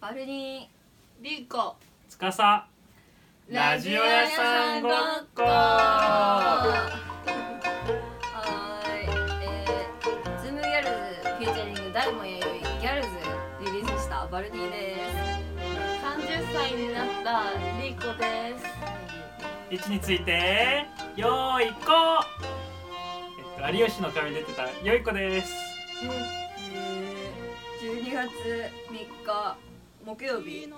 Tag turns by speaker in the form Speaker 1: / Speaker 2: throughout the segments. Speaker 1: パルディン
Speaker 2: リーコ
Speaker 3: つかさラジオ屋さんごっこは
Speaker 1: はーい、えー、ズームギャルズフューチャリング大門弥生ギャルズリリースしたバルディです
Speaker 2: 三十歳になったリーコです
Speaker 3: 位置についてよいこえっと有吉の壁に出てたよいこです
Speaker 1: えー、12月3日木曜日、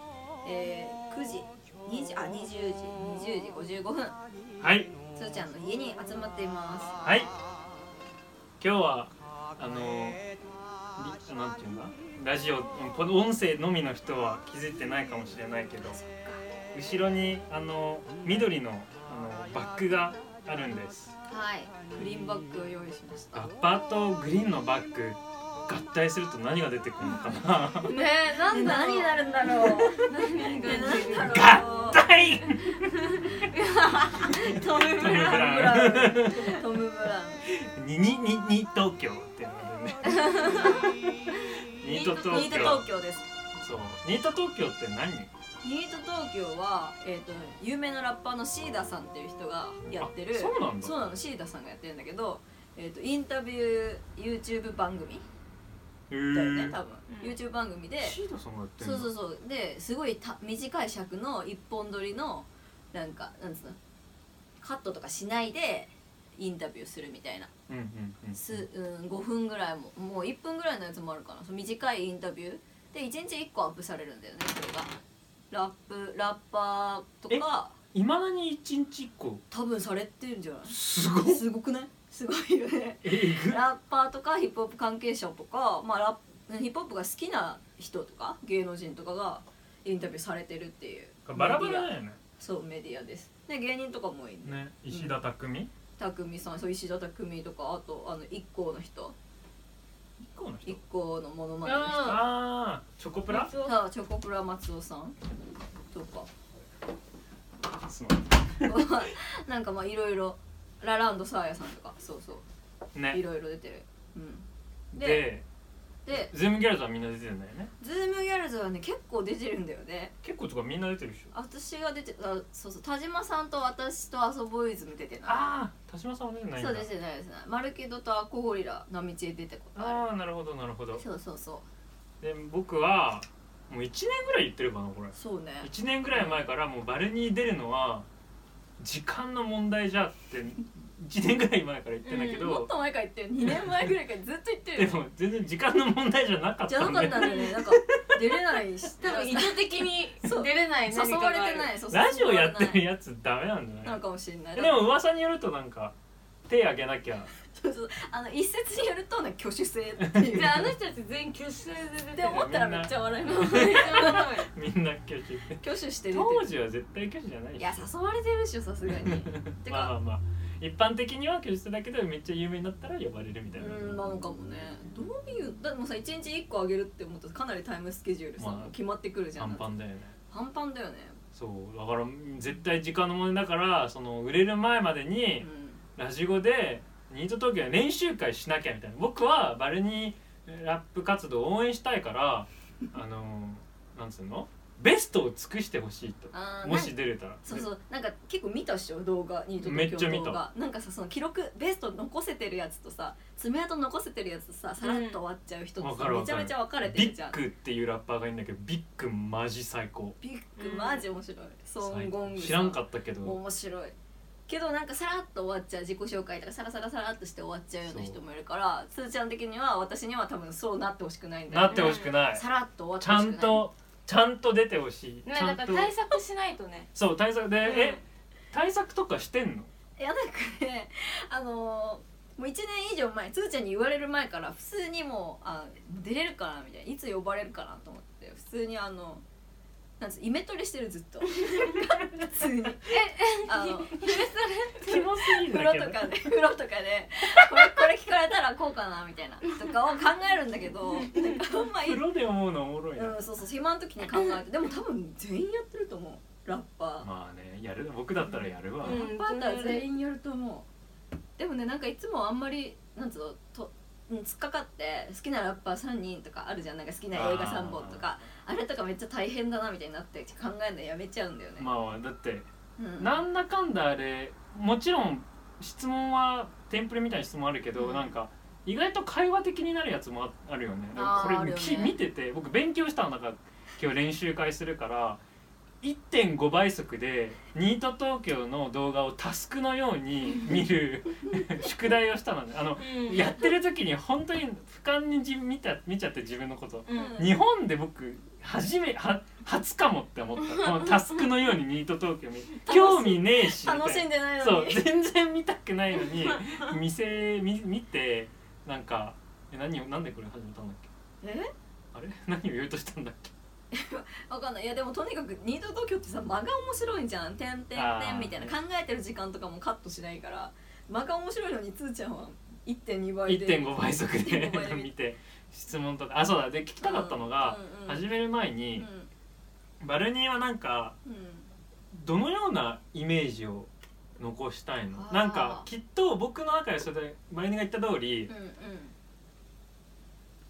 Speaker 1: えー、9時2時あ20時20時55分
Speaker 3: はい
Speaker 1: つーちゃんの家に集まっていま
Speaker 3: はい今日はあのりなんていうんだラジオポ音声のみの人は気づいてないかもしれないけど後ろにあの緑のあのバッグがあるんです
Speaker 1: すはいグリーンバッグを用意しました
Speaker 3: アパートグリーンのバッグ合体すると何が出てくるのか な
Speaker 2: ねえなんだ
Speaker 1: 何になるんだろう何が何だろ
Speaker 3: 合体
Speaker 1: うトム・ブ
Speaker 3: トムブ
Speaker 1: ラ
Speaker 3: ラ
Speaker 1: ウ
Speaker 3: ウ
Speaker 1: ン
Speaker 3: ン
Speaker 1: トム・ブラウン
Speaker 3: にににに東京ってなるねニート東京
Speaker 1: ニート東京です
Speaker 3: そうニート東京って何
Speaker 1: ニート東京は、えー、と有名なラッパーのシーダさんっていう人がやってる
Speaker 3: あそうなんだ
Speaker 1: そうなのシーダさんがやってるんだけど、えー、とインタビュー YouTube 番組だ
Speaker 3: へ
Speaker 1: よね
Speaker 3: ー
Speaker 1: 多分、
Speaker 2: うん
Speaker 1: YouTube 番組で
Speaker 3: シードさんがやってん
Speaker 1: そ
Speaker 3: の
Speaker 1: うそうそうですごいた短い尺の一本撮りのなんかなんつうのカットとかしないでインタビューするみたいな
Speaker 3: うんうんうん
Speaker 1: す、うん、5分ぐらいももう1分ぐらいのやつもあるかなその短いインタビューで1日1個アップされるんだよねそれがラップラッパーとか
Speaker 3: いまだに一日一個
Speaker 1: 多分されてるんじゃない
Speaker 3: すごい
Speaker 1: すごくないすごいよね
Speaker 3: えぐ
Speaker 1: ラッパーとかヒップホップ関係者とか、まあ、ラップヒップホップが好きな人とか芸能人とかがインタビューされてるっていう
Speaker 3: バラ
Speaker 1: メ
Speaker 3: バラ
Speaker 1: ディア
Speaker 3: だよね
Speaker 1: そうメディアですで芸人とかもいる
Speaker 3: ね石田匠一
Speaker 1: 匠さんそう石田匠とかあとあの IKKO の人
Speaker 3: 個の人
Speaker 1: IKKO のモノマネの人
Speaker 3: ああチョコプラ
Speaker 2: そう
Speaker 1: さあチョコプラ松尾さんとか なんかまあいろいろラランドサーヤさんとかそうそうい
Speaker 3: ね
Speaker 1: ろいろ出てる、うん、
Speaker 3: で
Speaker 1: で
Speaker 3: ズームギャルズはみんな出てるんだよね
Speaker 1: ズームギャルズはね結構出てるんだよね
Speaker 3: 結構とかみんな出てるでしょ
Speaker 1: 私が出てあそうそう田島さんと私とアソボーイズム出てな
Speaker 3: ああ田島さんは出てない
Speaker 1: い
Speaker 3: んだ
Speaker 1: そう出てないですねマルケドとアコゴリラ並道へ出てことあ
Speaker 3: ああなるほどなるほ
Speaker 1: る
Speaker 3: ど
Speaker 1: そうそうそう
Speaker 3: で僕はもう1年ぐらい言ってるかなこれ
Speaker 1: そうね
Speaker 3: 1年ぐらい前からもうバルニー出るのは時間の問題じゃって1年ぐらい前から言ってんだけ
Speaker 1: うんもっ
Speaker 3: ど、
Speaker 1: と前から言ってる2年前ぐらいからずっと言ってる
Speaker 3: で
Speaker 1: よ
Speaker 3: も全然時間の問題じゃなかっ
Speaker 1: じゃ
Speaker 3: た
Speaker 1: なかったんだ
Speaker 3: ね
Speaker 1: よねなんか出れない し
Speaker 2: 多分意図的に
Speaker 1: そう
Speaker 2: 出れない何
Speaker 1: 誘
Speaker 2: かが
Speaker 1: われ
Speaker 2: あ
Speaker 1: て
Speaker 2: る
Speaker 1: ないそう
Speaker 3: ラジオやってる
Speaker 1: や
Speaker 3: やつダメなんじゃ
Speaker 1: な
Speaker 3: ない
Speaker 1: のかもしれない
Speaker 3: でも噂によるとなんか手挙げなきゃ
Speaker 1: そうそうあの一説によるとね挙手制っていう
Speaker 2: じゃああの人たち全員挙手で出
Speaker 1: って
Speaker 2: てる
Speaker 1: 思ったらめっちゃ笑います
Speaker 2: めっちゃおもろい
Speaker 3: みんな挙手
Speaker 1: 挙手して出て
Speaker 3: 当時は絶対挙手じゃない
Speaker 1: る
Speaker 3: で
Speaker 1: い
Speaker 3: し
Speaker 1: や誘われてるでしょさすがにて
Speaker 3: まあま
Speaker 1: か
Speaker 3: あまあ一般的には挙手だけでめっちゃ有名になったら呼ばれるみた
Speaker 1: う
Speaker 3: いな、
Speaker 1: んなのかもねどういうだってもうさ1日1個あげるって思ったらかなりタイムスケジュールさ、
Speaker 3: まあ
Speaker 1: 決まってくるじゃ
Speaker 3: パ
Speaker 1: ん
Speaker 3: ンパンだよね
Speaker 1: パンパンだよね
Speaker 3: そうだから絶対時間の問題だからその売れる前まで
Speaker 1: う
Speaker 3: に
Speaker 1: ん
Speaker 3: ラジオでニート東京で練習会しなきゃみたいな僕はバルニーラップ活動を応援した いからあのなんつうのベストを尽くしてほしいと
Speaker 1: あー
Speaker 3: もし出れたら
Speaker 1: そうそうなんか結構見たっしょ動画ニート
Speaker 3: めっ
Speaker 1: 東
Speaker 3: ちゃ
Speaker 1: 京
Speaker 3: 見
Speaker 1: の
Speaker 3: た
Speaker 1: 動画なんかさその記録ベスト残せてるやつとさ爪痕残せてるやつとささらっと終わっちゃう人と
Speaker 3: わ
Speaker 1: さ、
Speaker 3: かるわ
Speaker 1: めちゃ
Speaker 3: か
Speaker 1: め
Speaker 3: る
Speaker 1: ちゃ分かれて
Speaker 3: ビ
Speaker 1: るじゃ
Speaker 3: ッ
Speaker 1: ん
Speaker 3: グっていうラッパーがいるんだけどビッグマジ最高
Speaker 1: ビッグマジ面白い、ソン・ゴング
Speaker 3: 知らんか
Speaker 1: っ
Speaker 3: ったけど
Speaker 1: 面白いけどなんかさらっと終わっちゃう自己紹介とかさらさらさらっとして終わっちゃうような人もいるからすーちゃん的には私には多分そうなってほしくないんだよ
Speaker 3: な
Speaker 1: ね
Speaker 3: ってほしくない
Speaker 1: さらっと終わっ
Speaker 3: ち
Speaker 1: てほ
Speaker 3: ゃ
Speaker 1: しくない
Speaker 3: んとちゃんと出てほしい
Speaker 2: ね
Speaker 3: ちゃ
Speaker 2: だ
Speaker 3: ん
Speaker 2: から
Speaker 3: と
Speaker 2: 対策しないとね
Speaker 3: そう対策で
Speaker 2: うん
Speaker 3: え対策とかし てんの
Speaker 1: いやなんかねあのーもう1年以上前つーちゃんに言われる前から普通にもうあ出れるかなみたいないつ呼ばれるかなと思って普通にあのなんつうイメトレしてるずっと普通にあの
Speaker 3: キモすぎん
Speaker 1: 風
Speaker 3: だ
Speaker 1: 呂
Speaker 3: けど
Speaker 1: とかで風呂とかでこれこれ聞かれたらこうかなみたいなとかを考えるんだけどなんかあんまり、
Speaker 3: 風
Speaker 1: う
Speaker 3: 呂で思うのおもろいな、
Speaker 1: ん、そうそう暇の時に考えてでも多分全員やってると思うラッパー。
Speaker 3: まあねやる僕だったらやるわ、
Speaker 2: うん
Speaker 1: パンダは全員やると思うでもねなんかいつもあんまりなんつうのとうん突っかかって好きなラッパー3人とかあるじゃんなんか好きな映画3本とかあれとかめっちゃ大変だなみたいになって考えるのやめちゃうんだよね、
Speaker 3: まあだって
Speaker 1: うん、
Speaker 3: なんだかんだあれもちろん質問はテンプレみたいな質問あるけど、
Speaker 1: うん
Speaker 3: なんか意外と会話的になるやつもああるよね
Speaker 1: あー
Speaker 3: これ
Speaker 1: あるよね
Speaker 3: き見てて僕勉強したのなんか今日練習会するから1.5倍速でニート東京の動画をタスクのよう に見る 宿題をしたのねあの
Speaker 2: うん
Speaker 3: やってる時に本当に俯瞰にじ見た見ちゃって自分のこと
Speaker 2: うん
Speaker 3: 日本で僕初めは初かもって思ったこの タスクのようにニート東京見興味ねえしみたいな
Speaker 1: 楽しんでない
Speaker 3: そ
Speaker 1: の
Speaker 3: う
Speaker 1: に
Speaker 3: 全然見たくない のに店見見てなんかえ何をなんでこれ始めたんだっけ
Speaker 1: え
Speaker 3: あれ 何を言おうとしたんだっけ
Speaker 1: わかんないいやでもとにかくニート東京ってさ間が面白いじゃん「てんてんて
Speaker 3: あ
Speaker 1: ん」
Speaker 3: ー
Speaker 1: みたいな考えてる時間とかもカットしないから間が面白いのにつーちゃんは1.2倍で
Speaker 3: 1.5倍速で
Speaker 1: 1.5倍で
Speaker 3: 見て質問とかあそうだで聞きたかったのが、
Speaker 1: うんうん
Speaker 3: 始める前
Speaker 1: う
Speaker 3: に、
Speaker 1: ん
Speaker 3: バルニーはなんか
Speaker 1: うん
Speaker 3: どのようなイメージを残したいの
Speaker 1: あー
Speaker 3: なんかきっと僕の中でそれでマリネが言った通り、
Speaker 1: うんうん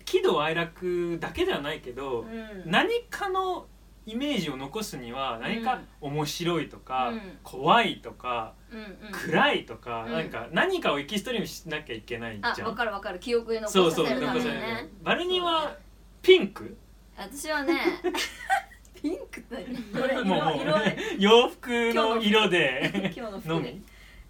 Speaker 3: 喜怒哀楽だけではないけど、
Speaker 1: うん
Speaker 3: 何かのイメージを残すには何か面白いとか、
Speaker 1: うん
Speaker 3: 怖いとか、
Speaker 1: うんうん
Speaker 3: 暗いとか、
Speaker 1: うん
Speaker 3: なんか何かをエキストリームしなきゃいけない
Speaker 1: あ
Speaker 3: じゃ
Speaker 1: わ
Speaker 3: ん。
Speaker 1: かるわかる記憶へ
Speaker 3: そ
Speaker 1: 残
Speaker 3: うそ
Speaker 1: さ
Speaker 3: う
Speaker 1: せるために
Speaker 3: 残させ
Speaker 1: ね
Speaker 3: るバルニーはピンク
Speaker 1: 私はね ピンクだよこれ色
Speaker 3: もう もう
Speaker 1: 色合い
Speaker 3: 洋服の色で
Speaker 1: 今日の服
Speaker 3: の
Speaker 1: で
Speaker 3: み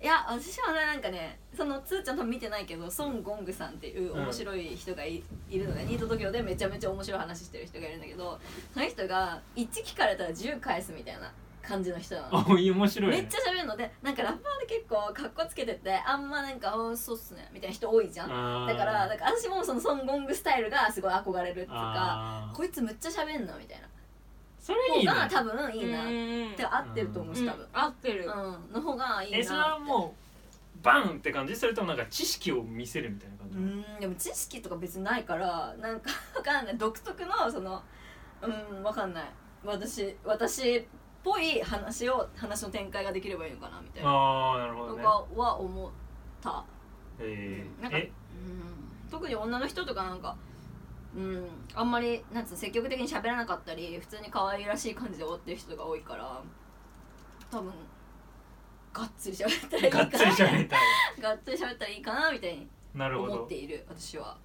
Speaker 1: いや私はねなんかねそのつーちゃんと見てないけどソン・ゴングさんっていう面白い人がい,、るのねニート東京でめちゃめちゃ面白い話してる人がいるんだけどその人が1聞かれたら10返すみたいな感じの人なの。
Speaker 3: あ面白い
Speaker 1: め
Speaker 3: ね
Speaker 1: っちゃ喋るのでなんかラッパーで結構かっこつけててあんまなんか「うんそうっすね」みたいな人多いじゃん
Speaker 3: あー
Speaker 1: だからなんか私もそのソン・ゴングスタイルがすごい憧れるっていうか
Speaker 3: あー
Speaker 1: こいつむっちゃ喋んなみたいな
Speaker 3: それいい
Speaker 1: 方
Speaker 3: な
Speaker 1: が多分いいな
Speaker 2: う
Speaker 1: っ
Speaker 2: ん
Speaker 1: て合ってると思うし多分
Speaker 2: うん合ってる
Speaker 1: うんの方がいいなっ
Speaker 3: え
Speaker 1: て
Speaker 3: それはもうバンって感じそれともなんか知識を見せるみたいな感
Speaker 1: う
Speaker 3: じ、
Speaker 1: んでも知識とか別にないからなんか わかんない独特のそのうんわかんない私私っぽい話を話の展開ができればいいのかなみたいな
Speaker 3: ああなるほ
Speaker 1: と
Speaker 3: どね
Speaker 1: かは思った、
Speaker 3: えー
Speaker 1: なんか
Speaker 3: え
Speaker 1: うん、特に女の人とかなんかうんあんまりなんつうの積極的に喋らなかったり普通に可愛らしい感じで終わってる人が多いから多分がっつり喋ったらいいか
Speaker 3: がっつり喋りたい
Speaker 1: ながっつり喋ったらいいかなみたいに
Speaker 3: なるほ
Speaker 1: 思っ
Speaker 3: ど
Speaker 1: ている私は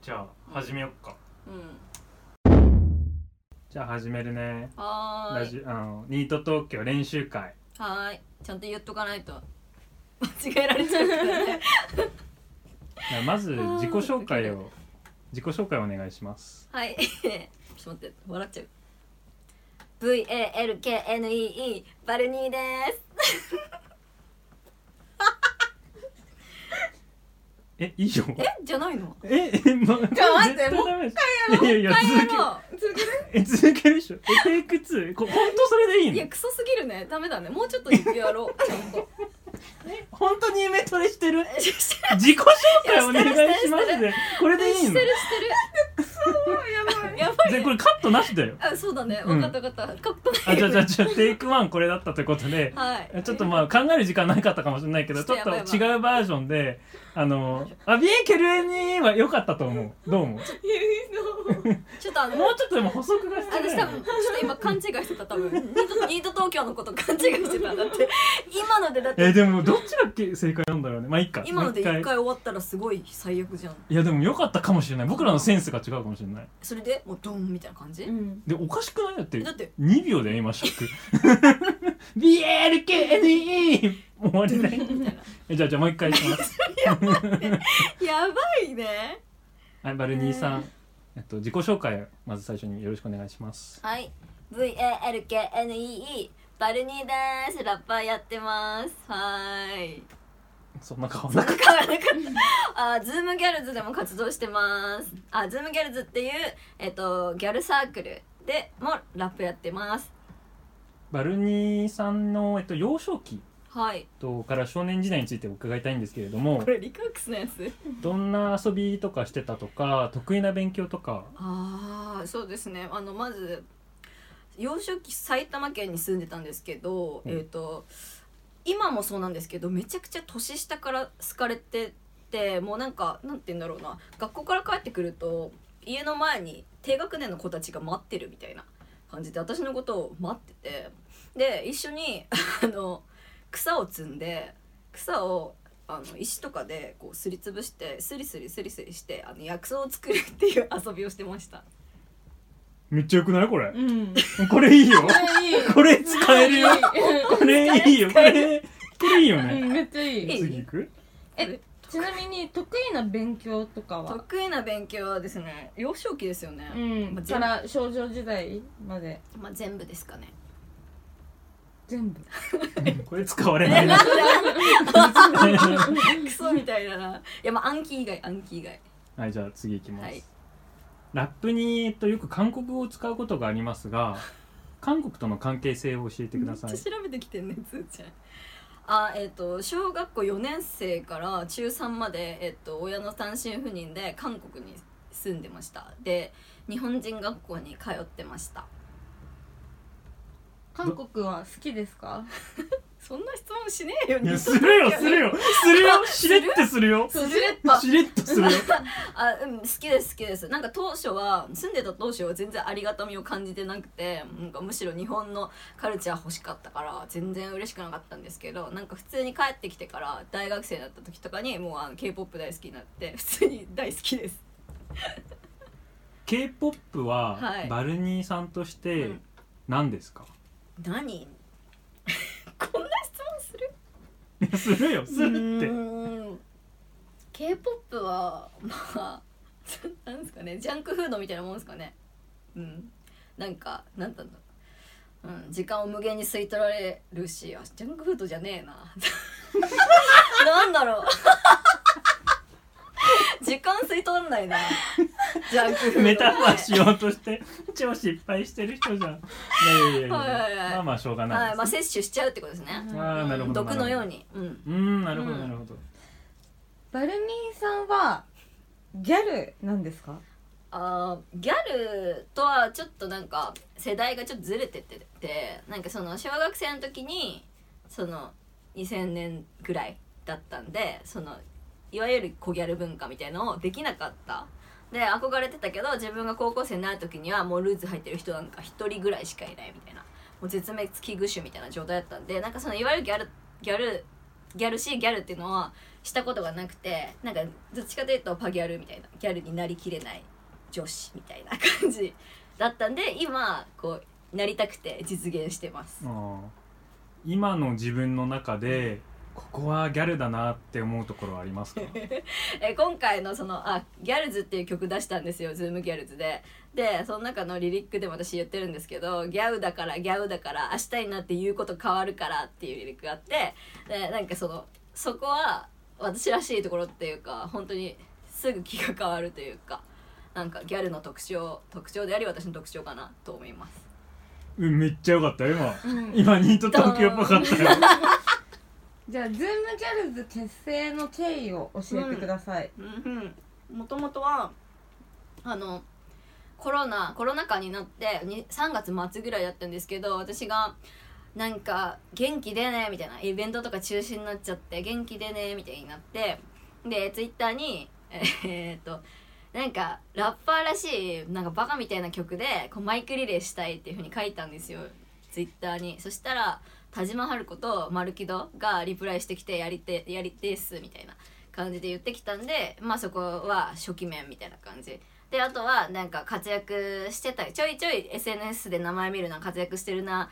Speaker 3: じゃあ始めよっか
Speaker 1: うん
Speaker 3: じゃあ始めるね
Speaker 1: はーい
Speaker 3: ジあのニート東京練習会
Speaker 1: はーいちゃんと言っとかないと 間違えられちゃうからね
Speaker 3: じゃあまず
Speaker 1: 自己紹介を
Speaker 3: 自己紹介お願いします
Speaker 1: はい ちょっと待って笑っちゃう VALKNEE バルニーです
Speaker 3: え以上
Speaker 1: えじゃないの
Speaker 3: え え、ま、
Speaker 1: ちょ待って
Speaker 3: 絶対ダメでしょ
Speaker 1: もう
Speaker 3: い
Speaker 1: 一
Speaker 3: や
Speaker 1: 回
Speaker 3: いや
Speaker 1: や
Speaker 3: 続け
Speaker 1: ろう続ける
Speaker 3: え続けるでしょえテイク2こ本当それでいい
Speaker 1: いや
Speaker 3: の
Speaker 1: クソすぎるねダメだねもうちょっとや ろうちゃんと
Speaker 3: 本当にイメトレしてる
Speaker 1: えして
Speaker 3: 自己紹介お願いしますでこれ
Speaker 1: る
Speaker 3: でいい
Speaker 1: し
Speaker 3: の
Speaker 1: てるしてるやばいやばい
Speaker 3: じゃあこれカットなしだよ
Speaker 1: あそうだね
Speaker 3: う
Speaker 1: 分
Speaker 3: ん
Speaker 1: かった分かったカット
Speaker 3: あじゃあじゃあじゃあテイク1これだったということで
Speaker 1: はい
Speaker 3: ちょっとまあ考える時間なかったかもしれないけど
Speaker 1: ち
Speaker 3: ち
Speaker 1: ょ
Speaker 3: ょ
Speaker 1: っ
Speaker 3: っ
Speaker 1: と
Speaker 3: と
Speaker 1: やばい
Speaker 3: 違うバージョンであの「あビエケルエニー」は良かったと思うどう思う
Speaker 1: ちょっとあの
Speaker 3: もうちょっとでも補足が必
Speaker 1: 私
Speaker 3: 要だ
Speaker 1: 多
Speaker 3: よね
Speaker 1: 分ちょっと今勘違いしてた多分ニートニート東京のこと勘違いしてただって今のでだって
Speaker 3: えでもどっちだっけ正解なんだろうねまあいっか
Speaker 1: 今ので一
Speaker 3: もう
Speaker 1: 回終わったらすごい最悪じゃん
Speaker 3: いやでも良かったかもしれない僕らのセンスが違うかもしれない
Speaker 1: それでもうドンみたいな感じ、
Speaker 2: うん
Speaker 3: でおかしくないだって
Speaker 1: だって
Speaker 3: 2秒で今尺 BLKNE 終わり ね
Speaker 1: みたいな
Speaker 3: えじゃあじゃあもう一回いき ます
Speaker 1: やばいね
Speaker 3: はいバルニーさんえっと自己紹介をまず最初によろしくお願いします
Speaker 1: はい VALKNEE バルニーですラッパーやってますはーい
Speaker 3: そんな顔なかっ
Speaker 1: 変わらなかったあズームギャルズでも活動してますあズームギャルズっていうえっとギャルサークルでもラップやってます
Speaker 3: バルニーさんの、えっと、幼少期
Speaker 1: はい
Speaker 3: とから少年時代について伺いたいんですけれども
Speaker 1: これリカックスのやつ
Speaker 3: どんな遊びとかしてたとか得意な勉強とか
Speaker 1: ああそうですねあのまず幼少期埼玉県に住んでたんですけど、
Speaker 3: うん
Speaker 1: えっ、と今もそうなんですけどめちゃくちゃ年下から好かれてってもうなんかなんて言うんだろうな学校から帰ってくると家の前に低学年の子たちが待ってるみたいな感じで私のことを待っててで一緒にあの草を摘んで草をあの石とかでこうすりつぶしてスリスリスリスリしてあの薬草を作るっていう遊びをしてま した。
Speaker 3: めっちゃよくないこれ
Speaker 2: うん。
Speaker 3: これいいよ
Speaker 2: いい。
Speaker 3: これ使えるよこれいいよこれこれいいよ
Speaker 2: う
Speaker 3: ね
Speaker 2: ん、めっちゃい
Speaker 1: い
Speaker 2: い。
Speaker 1: い
Speaker 3: 次行く
Speaker 2: え、ちなみに得意な勉強とかは
Speaker 1: 得意な勉強はですね幼少期ですよね、
Speaker 2: うん。から少女時代まで
Speaker 1: まあ、全部ですかね
Speaker 2: 全部。
Speaker 3: これ使われないな
Speaker 1: クソみた いだないやまあ暗記以外暗記以外
Speaker 3: はいじゃあ次行きます、
Speaker 1: はい
Speaker 3: ラップに、えっと、よく韓国語を使うことがありますが韓国との関係性を教えてください
Speaker 1: めっちゃ調べてきてんねつーちゃんあえっ、と小学校4年生から中3まで、えっと親の単身赴任で韓国に住んでましたで日本人学校に通ってました
Speaker 2: 韓国は好きですか？
Speaker 1: そんな質問しねえよ
Speaker 3: いやするよする よするよしれってするよ
Speaker 1: そうスレッパ
Speaker 3: しれっと するよ
Speaker 1: あうん好きです好きですなんか当初は住んでた当初は全然ありがたみを感じてなくてなんかむしろ日本のカルチャー欲しかったから全然嬉しくなかったんですけどなんか普通に帰ってきてから大学生だった時とかにもうあの k p o p 大好きになって普通に大好きです
Speaker 3: k p o p は、
Speaker 1: はい
Speaker 3: バルニーさんと
Speaker 1: う
Speaker 3: して
Speaker 1: ん
Speaker 3: 何ですか、
Speaker 1: 何 こんな質問する
Speaker 3: いやするよするって
Speaker 1: k p o p はまあ なんですかねジャンクフードみたいなもんですかねうんなんかなんだろう、うん、時間を無限に吸い取られるしあジャンクフードじゃねえな なんだろう 時間吸い取ん ないなジャンクフード
Speaker 3: メタファーしよう として超失敗してる人じゃんいやいやいやいや
Speaker 1: はいはいはい
Speaker 3: まあまあしょうがない
Speaker 1: は
Speaker 3: で
Speaker 1: い
Speaker 3: す、
Speaker 1: まあ摂取しちゃうってことですね、
Speaker 3: あーなるほど
Speaker 1: 毒のようにうん
Speaker 3: うーんなるほど
Speaker 1: うん
Speaker 3: なるほど、
Speaker 2: バルミンさんはギャルなんですか？
Speaker 1: あーギャルとはちょっとなんか世代がちょっとずれてっててなんかその小学生の時にその2000年ぐらいだったんでそのいわゆる小ギャル文化みたいのをできなかったで憧れてたけど自分が高校生になる時にはもうルーズ入ってる人なんか1人ぐらいしかいないみたいなもう絶滅危惧種みたいな状態だったんでなんかそのいわゆるギャルギャルギャルしギャルっていうのはしたことがなくてなんかどっちかというとパギャルみたいなギャルになりきれない女子みたいな感じだったんで今こうなりたくて実現してます
Speaker 3: あー今の自分の中でここはギャルだなって思うところはあ りますか
Speaker 1: え今回のそのあギャルズっていう曲出したんですよズームギャルズででその中のリリックでも私言ってるんですけどギャウだからギャウだから明日になって言うこと変わるからっていうリリックがあってでなんかそのそこは私らしいところっていうか本当にすぐ気が変わるというかなんかギャルの特徴特徴であり私の特徴かなと思います
Speaker 3: うんめっちゃよかったよ今
Speaker 2: うん
Speaker 3: 今ニート東京っぽかったよ
Speaker 2: じゃあズームギャルズ結成の経緯を教えてください。
Speaker 1: もともとはあのコロナコロナ禍になってに3月末ぐらいだったんですけど私がなんか「元気出ね」みたいなイベントとか中止になっちゃって「元気出ね」みたいになってでツイッターにえーっとなんかラッパーらしいなんかバカみたいな曲でこうマイクリレーしたいっていうふうに書いたんですよツイッターにそしたら田島春子とマルキドがリプライしてきてやりてやりてーっすみたいな感じで言ってきたんでまあそこは初期面みたいな感じであとはなんか活躍してたりちょいちょい SNS で名前見るな活躍してるな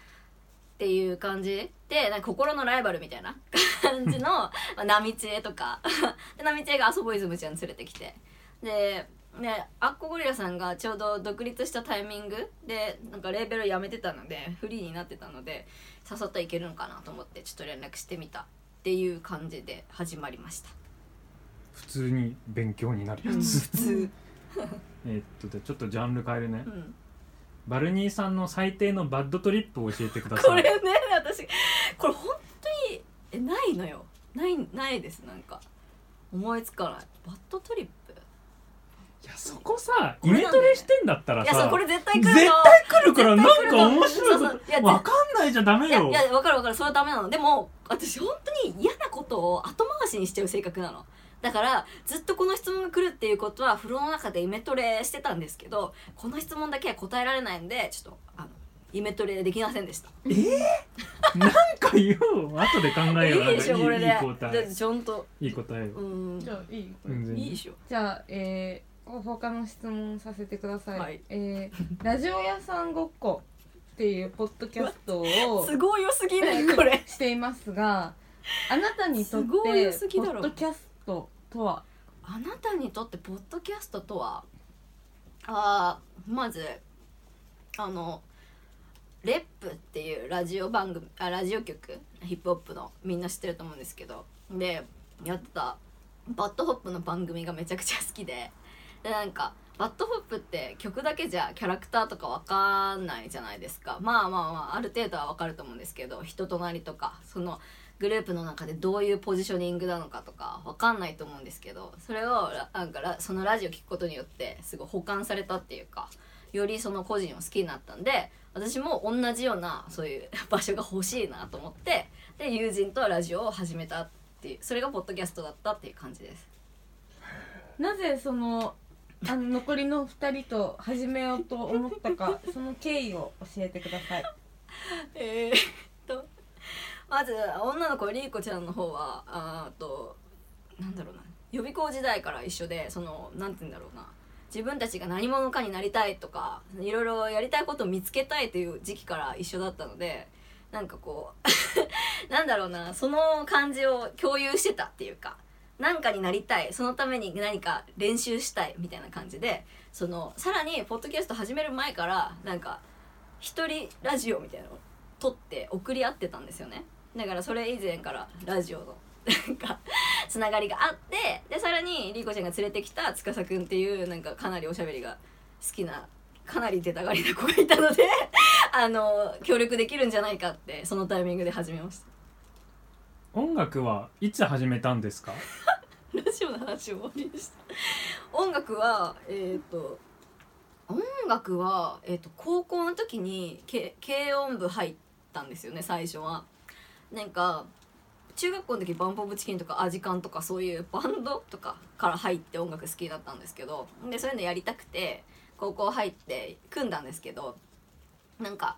Speaker 1: っていう感じでなんか心のライバルみたいな感じのまあ波知恵とか で波知恵がアソボイズムちゃん連れてきてでね、アッコゴリラさんがちょうど独立したタイミングでなんかレーベル辞めてたのでフリーになってたので誘ったらいけるのかなと思ってちょっと連絡してみたっていう感じで始まりました
Speaker 3: 普通に勉強になるやつ
Speaker 1: 普通
Speaker 3: えーっとじゃあちょっとジャンル変えるね
Speaker 1: うん、
Speaker 3: バルニーさんの最低のバッドトリップを教えてくだ
Speaker 1: こ
Speaker 3: さ
Speaker 1: れ
Speaker 3: い
Speaker 1: ね私これ本当にえないのよないないですなんか思いつかないバッドトリップ
Speaker 3: いやそこさ
Speaker 1: こ
Speaker 3: イ
Speaker 1: れなんだよ
Speaker 3: メ
Speaker 1: ね
Speaker 3: トレしてんだったら
Speaker 1: いや
Speaker 3: さ
Speaker 1: そうこれ絶対来
Speaker 3: 絶
Speaker 1: るの
Speaker 3: 対来るからなんか面白い
Speaker 1: そうそういや
Speaker 3: ことわかんないじゃダメ
Speaker 1: いや
Speaker 3: よ
Speaker 1: いや分かる分かるそれはダメなのでも私本当に嫌なことを後回しにしちゃう性格なのだからずっとこの質問が来るっていうことは風呂の中でイメトレしてたんですけどこの質問だけは答えられないんでちょっとあのイメトレできませんでした
Speaker 3: なんか言おう後で考えよう
Speaker 1: いいでしょ
Speaker 3: なん
Speaker 1: これ
Speaker 3: かいい
Speaker 1: で
Speaker 3: いい
Speaker 1: だ
Speaker 3: 答
Speaker 1: っ
Speaker 3: え
Speaker 1: てちゃんと
Speaker 3: いい答え
Speaker 1: う
Speaker 3: を
Speaker 1: ん
Speaker 2: じゃあいい
Speaker 3: 全然
Speaker 1: いいでしょ
Speaker 2: じゃあ、えー、他の質問させてください、
Speaker 1: はい
Speaker 2: えー、ラジオ屋さんごっこっていうポッドキャストを
Speaker 1: すごい良すぎないこれ
Speaker 2: していますがあなたにとっ
Speaker 1: すごい良
Speaker 2: て
Speaker 1: すぎ
Speaker 2: ポ
Speaker 1: だろ
Speaker 2: ッドキャストとは
Speaker 1: あなたにとってポッドキャストとはあーまずあのレップっていうラジオ番組あラジオ局ヒップホップのみんな知ってると思うんですけどでやってたバッドホップの番組がめちゃくちゃ好きででなんかバッドホップって曲だけじゃキャラクターとかわかんないじゃないですかまあまあまあある程度はわかると思うんですけど人となりとかそのグループの中でどういうポジショニングなのかとかわかんないと思うんですけどそれをらなんかラそのラジオ聞くことによってすごい補完されたっていうかよりその個人を好きになったんで私も同じようなそういう 場所が欲しいなと思ってで友人とラジオを始めたっていうそれがポッドキャストだったっていう感じです。
Speaker 2: なぜそのあの残りの2人と始めようと思ったかその経緯を教えてください
Speaker 1: えー、っとまず女の子りーこちゃんの方はあーっとなんだろうな予備校時代から一緒でそのなんて言うんだろうな自分たちが何者かになりたいとかいろいろやりたいことを見つけたいという時期から一緒だったのでなんかこう なんだろうなその感じを共有してたっていうか何かになりたいそのために何か練習したいみたいな感じでそのさらにポッドキャスト始める前からなんか一人ラジオみたいなのを撮って送り合ってたんですよねだからそれ以前からラジオのなんかつながりがあってでさらにりーこちゃんが連れてきた司くんっていうなんかかなりおしゃべりが好きなかなり出たがりな子がいたのであの協力できるんじゃないかってそのタイミングで始めまし
Speaker 3: 音楽はいつ始めたんですか
Speaker 1: たラジオの話を終わりにした音楽はえっ、と音楽は、えー、と高校の時にけ軽音部入ったんですよね最初は。なんか中学校の時バンポブチキンとかアジカンとかそういうバンドとかから入って音楽好きだったんですけどでそういうのやりたくて高校入って組んだんですけどなんか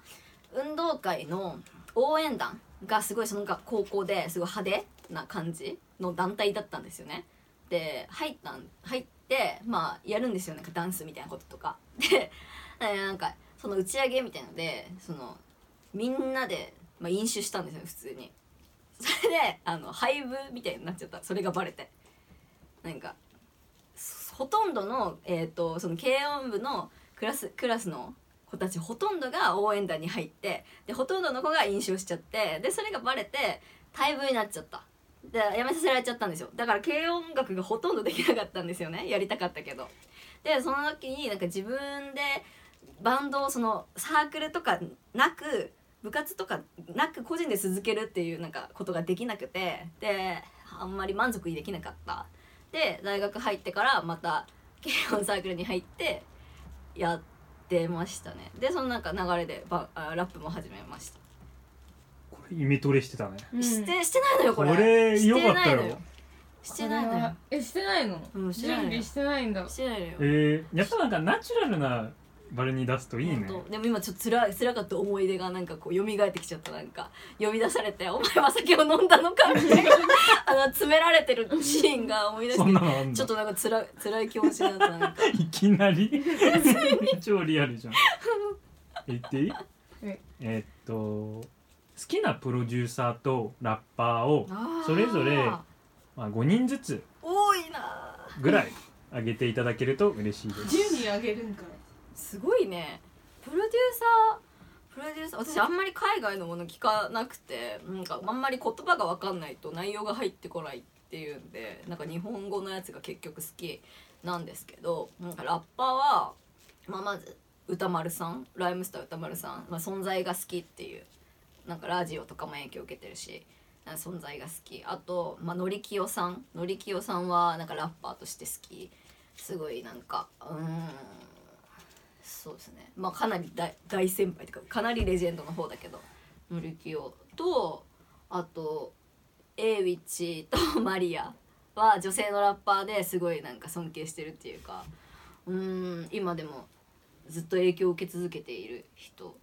Speaker 1: 運動会の応援団がすごいその学高校ですごい派手な感じの団体だったんですよね。で入ったん入ってまあやるんですよなんかダンスみたいなこととか。でえなんかその打ち上げみたいのでそのみんなで、まあ、飲酒したんですよ普通に。それであの廃部みたいになっちゃったそれがバレてなんかそほとんどの,、えー、とその軽音部のクラスクラスの子たちほとんどが応援団に入ってでほとんどの子が飲酒をしちゃってでそれがバレて退部になっちゃったでやめさせられちゃったんですよだから軽音楽がほとんどできなかったんですよねやりたかったけどでその時になんか自分でバンドをそのサークルとかなく部活とかなく個人で続けるっていうなんかことができなくてであんまり満足できなかったで大学入ってからまた軽音サークルに入ってやってましたねでそのなんか流れでバあラップも始めました、
Speaker 3: これイメトレしてたね
Speaker 1: してしてないのよこれ
Speaker 3: これ
Speaker 1: して
Speaker 3: よかっ
Speaker 1: な
Speaker 3: た
Speaker 1: い
Speaker 3: よ
Speaker 1: のよしてないの
Speaker 2: これ
Speaker 1: よ
Speaker 2: はえしてないの、
Speaker 1: うんして
Speaker 2: 準
Speaker 1: ないの
Speaker 2: 備してないんだ
Speaker 1: してないのよ
Speaker 3: えー、やっぱなんかナチュラルなバルに出すといいね
Speaker 1: ほんとでも今ちょっとつら辛かった思い出がなんかこう蘇ってきちゃったなんか呼び出されて「お前は酒を飲んだのか」みたいなあの詰められてるシーンが思い出し
Speaker 3: そ
Speaker 1: て
Speaker 3: んなのあん
Speaker 1: ちょ
Speaker 3: だ
Speaker 1: っとなんか辛い辛い気持ちだったなんか
Speaker 3: いき なり超リアルじゃん言っていい
Speaker 2: え
Speaker 3: えーっと好きなプロデューサーとラッパーを、それぞれ
Speaker 1: あ
Speaker 3: まあ、5人ずつ
Speaker 1: ー多いなー
Speaker 3: ぐらい上げていただけると嬉しいです
Speaker 2: 10人あげるんかい
Speaker 1: すごいねプロデューサープロデューサー私あんまり海外のもの聞かなくてなんかあんまり言葉が分かんないと内容が入ってこないっていうんでなんか日本語のやつが結局好きなんですけどなんかラッパーは、まあ、まず歌丸さんライムスター歌丸さん、まあ、存在が好きっていうなんかラジオとかも影響を受けてるしなんか存在が好きあと、まあ、のりきよさんのりきよさんはなんかラッパーとして好きすごいなんかうーんそうですねまあかなり大大先輩というかかなりレジェンドの方だけどのりきよとあとエイウィッチとマリアは女性のラッパーですごいなんか尊敬してるっていうかうーん今でもずっと影響を受け続けている人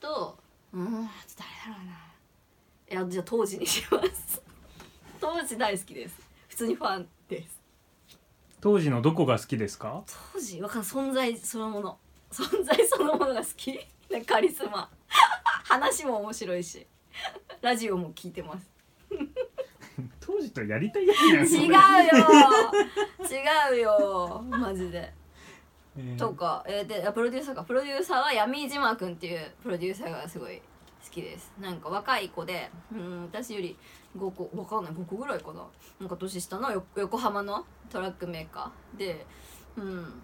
Speaker 1: とうーんあと誰だろうないやじゃあ当時にします 当時大好きです普通にファンです
Speaker 3: 当時のどこが好きですか
Speaker 1: 当時わかんない存在そのもの存在そのものが好き なんかカリスマ 話も面白いしラジオも聞いてます
Speaker 3: 当時とやりたいやつやんそれ
Speaker 1: 違うよ違うよマジで
Speaker 3: えー
Speaker 1: とか、えー、であプロデューサーかプロデューサーは闇井島君っていうプロデューサーがすごい好きですなんか若い子でうん私より5個わかんない5個ぐらいかななんか年下のよ横浜のトラックメーカーでうん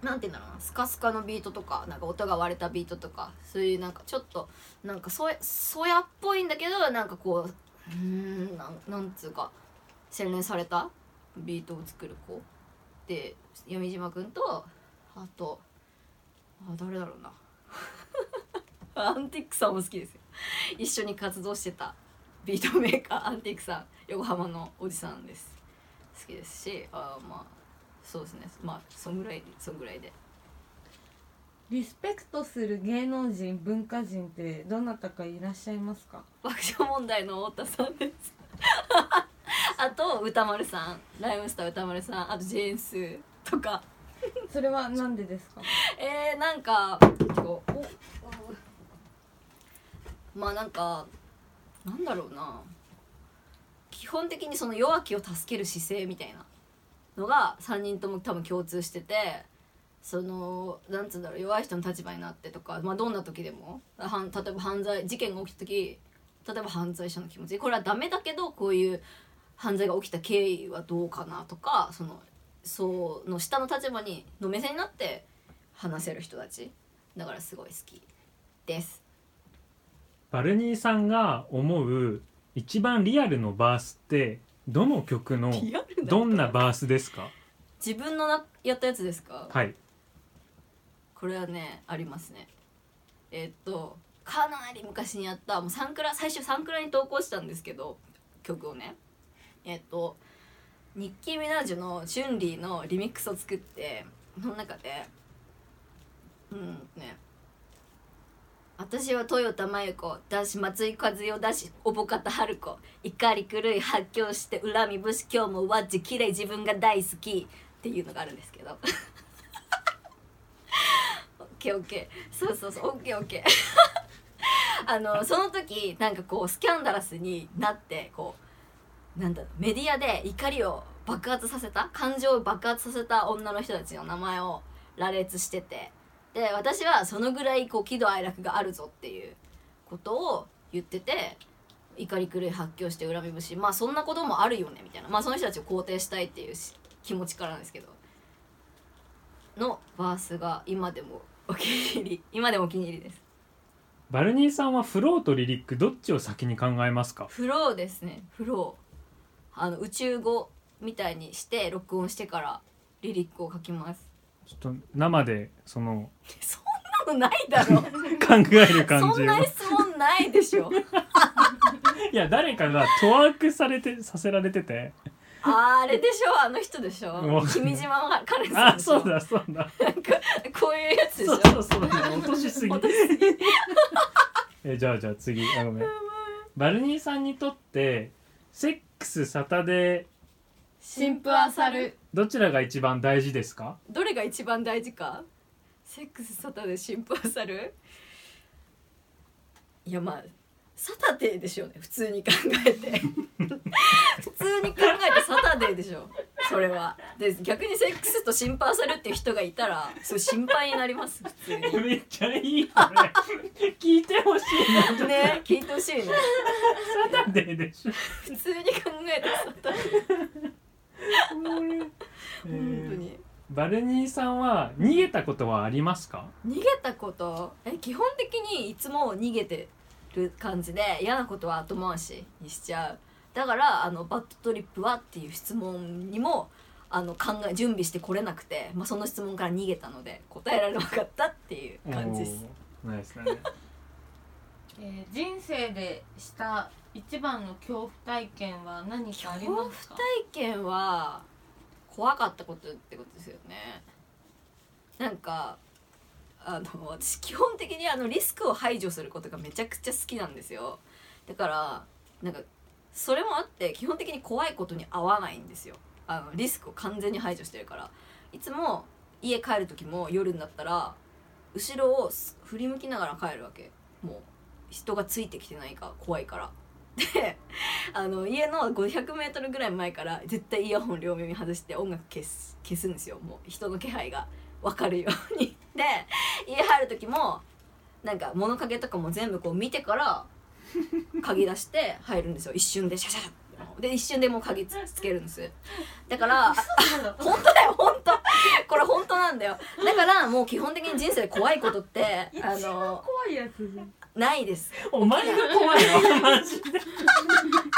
Speaker 1: なんて言うんだろうなスカスカのビートとかなんか音が割れたビートとかそういうなんかちょっとなんかそそやっぽいんだけどなんかこううーんなんなんつうか洗練されたビートを作る子で闇島君とあとあ誰だろうな アンティックさんも好きですよ一緒に活動してたビートメーカーアンティックさん横浜のおじさんです好きですしあまあそうですねまあそんぐらいそんぐらいで
Speaker 2: リスペクトする芸能人文化人ってどなたかいらっしゃいますか
Speaker 1: 爆笑問題の太田さんです あと歌丸さんライムスター歌丸さんあとジェーンスーとか
Speaker 2: それはなんでですか
Speaker 1: えー、なんかこうおおまあなんかなんだろうな基本的にその弱気を助ける姿勢みたいなのが3人とも多分共通しててそのなんつうんだろう弱い人の立場になってとか、まあ、どんな時でもはん例えば犯罪事件が起きた時例えば犯罪者の気持ちこれはダメだけどこういう犯罪が起きた経緯はどうかなとかそのその下の立場にの目線になって話せる人たちだからすごい好きです
Speaker 3: バルニーさんが思う一番リアルのバースってどの曲の
Speaker 1: リアルな
Speaker 3: どんなバースですか
Speaker 1: 自分のなやったやつですか、
Speaker 3: はい
Speaker 1: これはねありますねえっとかなり昔にやったもうサンクラ最初サンクラに投稿したんですけど曲をねえっとニッキー・ミナージュの「チュンリー」のリミックスを作ってその中でうんね私は豊田真由子だし松井和代だし小保方春子怒り狂い発狂して恨み武士今日もワッチ綺麗自分が大好きっていうのがあるんですけどオッケーオッケーそうそうそうオッケーオッケー あのその時なんかこうスキャンダラスになってこうなんだろうメディアで怒りを爆発させた感情を爆発させた女の人たちの名前を羅列しててで私はそのぐらいこう喜怒哀楽があるぞっていうことを言ってて怒り狂い発狂して恨み節まあそんなこともあるよねみたいなまあその人たちを肯定したいっていうし気持ちからなんですけどのバースが今でもお気に入り 今でもお気に入りです
Speaker 3: バルニーさんはフローとリリックどっちを先に考えますか
Speaker 1: フローですねフローあの宇宙語みたいにして録音してからリリックを書きます
Speaker 3: ちょっと生でその
Speaker 1: そんなのないだろ
Speaker 3: 考える感
Speaker 1: そ
Speaker 3: じ
Speaker 1: ん
Speaker 3: を
Speaker 1: な質問ないで しょ
Speaker 3: いや誰かがトワークされてさせられてて
Speaker 1: あれでしょあの人でしょ
Speaker 3: わかんな
Speaker 1: 君
Speaker 3: い
Speaker 1: 島は彼さん
Speaker 3: あ
Speaker 1: でしょ
Speaker 3: そうだそうだ
Speaker 1: なんかこういうやつでし
Speaker 3: そ
Speaker 1: ょ
Speaker 3: うそうそう落としすぎ
Speaker 1: 落 としすぎ
Speaker 3: えじゃあじゃあ次あごめんバルニーさんにとってセックスサタデー
Speaker 2: 新婦あさる
Speaker 3: どちらが一番大事ですか
Speaker 1: どれが一番大事かセックスサタデー新婦あさるいやまあサタデーでしょうね普通に考えて普通に考えてサタデーでしょそれはで逆にセックスと心配されるっていう人がいたらそう心配になります普通に
Speaker 3: めっちゃいいこれ聞いてほしいな
Speaker 1: ね聞いてほしいね
Speaker 3: サタデーでしょ
Speaker 1: 普通に考えてサタデー本当に
Speaker 3: バルニーさんは逃げたことはありますか
Speaker 1: 逃げたことえ基本的にいつも逃げてる感じで嫌なことは後回しにしちゃうだからあのバッドトリップはっていう質問にもあの考え準備してこれなくて、まあ、その質問から逃げたので答えられなかったっていう感じです
Speaker 3: おーナイスだね
Speaker 2: えー人生でした一番の恐怖体験は何かありますか
Speaker 1: 体験は怖かったことってことですよねなんかあの私基本的にあのリスクを排除することがめちゃくちゃ好きなんですよだからなんかそれもあって基本的に怖いことに合わないんですよあのリスクを完全に排除してるからいつも家帰る時も夜になったら後ろをす振り向きながら帰るわけもう人がついてきてないか怖いからであの家の 500m ぐらい前から絶対イヤホン両耳外して音楽消す消すんですよもう人の気配が分かるようにで家入る時もなんか物陰とかも全部こう見てから鍵出して入るんですよ一瞬でシャシャシャで一瞬でもう鍵つつけるんですだから本当だよ本当これ本当なんだよだからもう基本的に人生で怖いことってあの
Speaker 2: 怖いやつじゃん
Speaker 1: ないです
Speaker 3: お前が怖いわマジで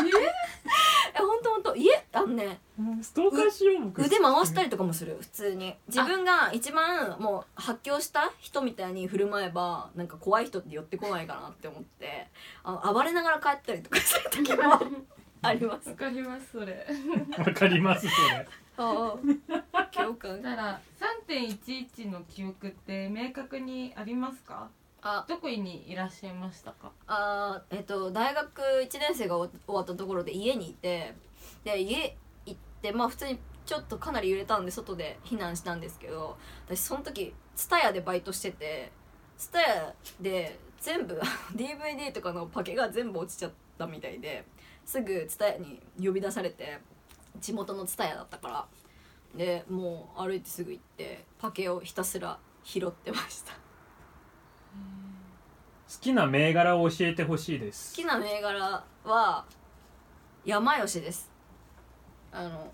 Speaker 1: え本当本当家あのね
Speaker 3: ストーカーしよう僕
Speaker 1: 腕回した
Speaker 3: り
Speaker 1: りとかもする普通に自分が一番もう発狂した人みたいに振る舞えばなんか怖い人って寄ってこないかなって思ってあの暴れながら帰ったりとかする時もあります
Speaker 2: わかりますそれ
Speaker 3: わかりますそれ
Speaker 1: ああ共感
Speaker 2: だから3.11の記憶って明確にありますか
Speaker 1: あ
Speaker 2: どこにいらっしゃいましたか
Speaker 1: あーえっと大学1年生が終わったところで家にいてで家行ってまあ普通にちょっとかなり揺れたんで外で避難したんですけど私その時 TSUTAYA でバイトしてて TSUTAYA で全部 DVD とかのパケが全部落ちちゃったみたいですぐ TSUTAYA に呼び出されて地元の TSUTAYA だったからでもう歩いてすぐ行ってパケをひたすら拾ってました
Speaker 3: 好きな銘柄を教えてほしいで
Speaker 1: 好
Speaker 3: す
Speaker 1: きな銘柄は山吉ですあの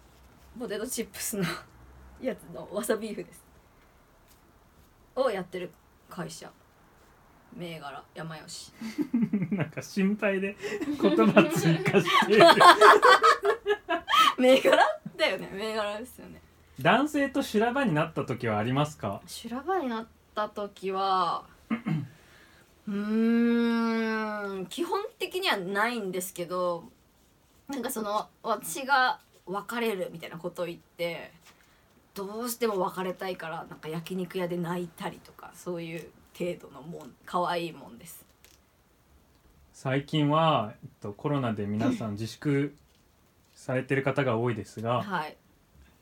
Speaker 1: ポテトチップスの やつのわさビーフですをやってる会社銘柄山吉
Speaker 3: なんか心配で言葉追加して る
Speaker 1: 銘柄だよね銘柄ですよね
Speaker 3: 男性と修羅場になった時はありますか
Speaker 1: 修羅場になった時 はうーん基本的にはないんですけどなんかその私が別れるみたいなことを言ってどうしても別れたいからなんか焼肉屋で泣いたりとかそういう程度のもん可愛いもんです
Speaker 3: 最近は、えっと、コロナで皆さん自粛されてる方が多いですが
Speaker 1: はい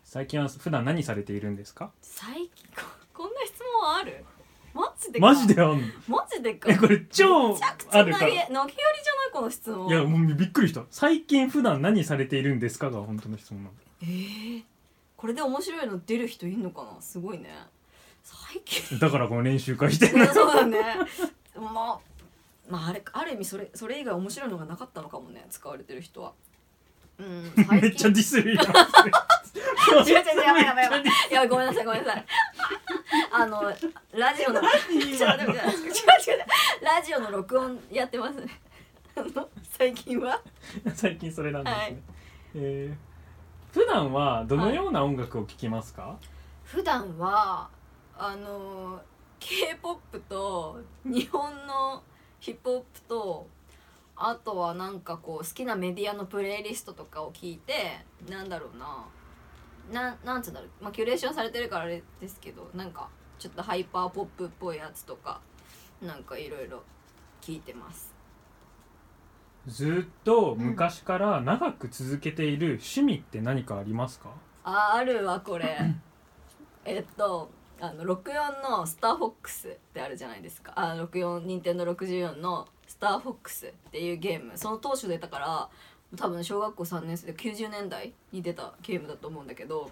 Speaker 3: 最近は普段何されているんですか
Speaker 1: 最近ここんな質問あるマジでか
Speaker 3: マジであんの
Speaker 1: マジでか
Speaker 3: えこれ超
Speaker 1: めちゃくちゃ
Speaker 3: あ
Speaker 1: 投げ
Speaker 3: るか
Speaker 1: 投
Speaker 3: ら
Speaker 1: げ
Speaker 3: い
Speaker 1: やりじゃないこの質問
Speaker 3: やもうびっくりした最近普段何されているんですかが本当の質問なの
Speaker 1: えー、これで面白いの出る人いんのかなすごいね最近
Speaker 3: だからこの練習会して
Speaker 1: い
Speaker 3: る
Speaker 1: やそうだねまあまああれある意味それそれ以外面白いのがなかったのかもね使われてる人はうん最近
Speaker 3: めっちゃディ スるやん
Speaker 1: 違う違う違うやばいやばいやばいやばいごめんなさいごめんなさいあのラジオのちょっと
Speaker 3: 今
Speaker 1: 待って違う違う違うラジオの録音やってますねあの最近は
Speaker 3: 最近それなんですね、
Speaker 1: はい
Speaker 3: えー普段はどのような音楽を聴きますか、
Speaker 1: 普段はあの k p o p と日本のヒップホップとあとはなんかこう好きなメディアのプレイリストとかを聞いてなんだろうなななんつうんだろう、まあ、キュレーションされてるからあれですけどなんかちょっとハイパーポップっぽいやつとかなんかいろいろ聞いてます。
Speaker 3: ずっと昔から長く続けている趣味って何かありますか、
Speaker 1: ああるわこれえっとあの64のスターフォックスってあるじゃないですかあ64任天堂64のスターフォックスっていうゲームその当初出たから多分小学校3年生で90年代に出たゲームだと思うんだけど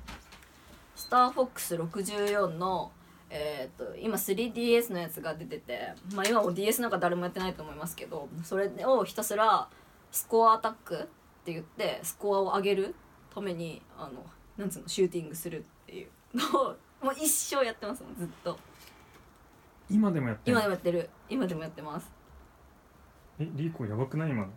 Speaker 1: スターフォックス64のえーっと今 3DS のやつが出ててまあ今も DS なんか誰もやってないと思いますけどそれをひたすらスコアアタックって言ってスコアを上げるためにあのなんつうのシューティングするっていうのをもう一生やってますもんずっと
Speaker 3: 今でもやってる
Speaker 1: 今でもやってる今でもやってます
Speaker 3: えリーコやばくない今の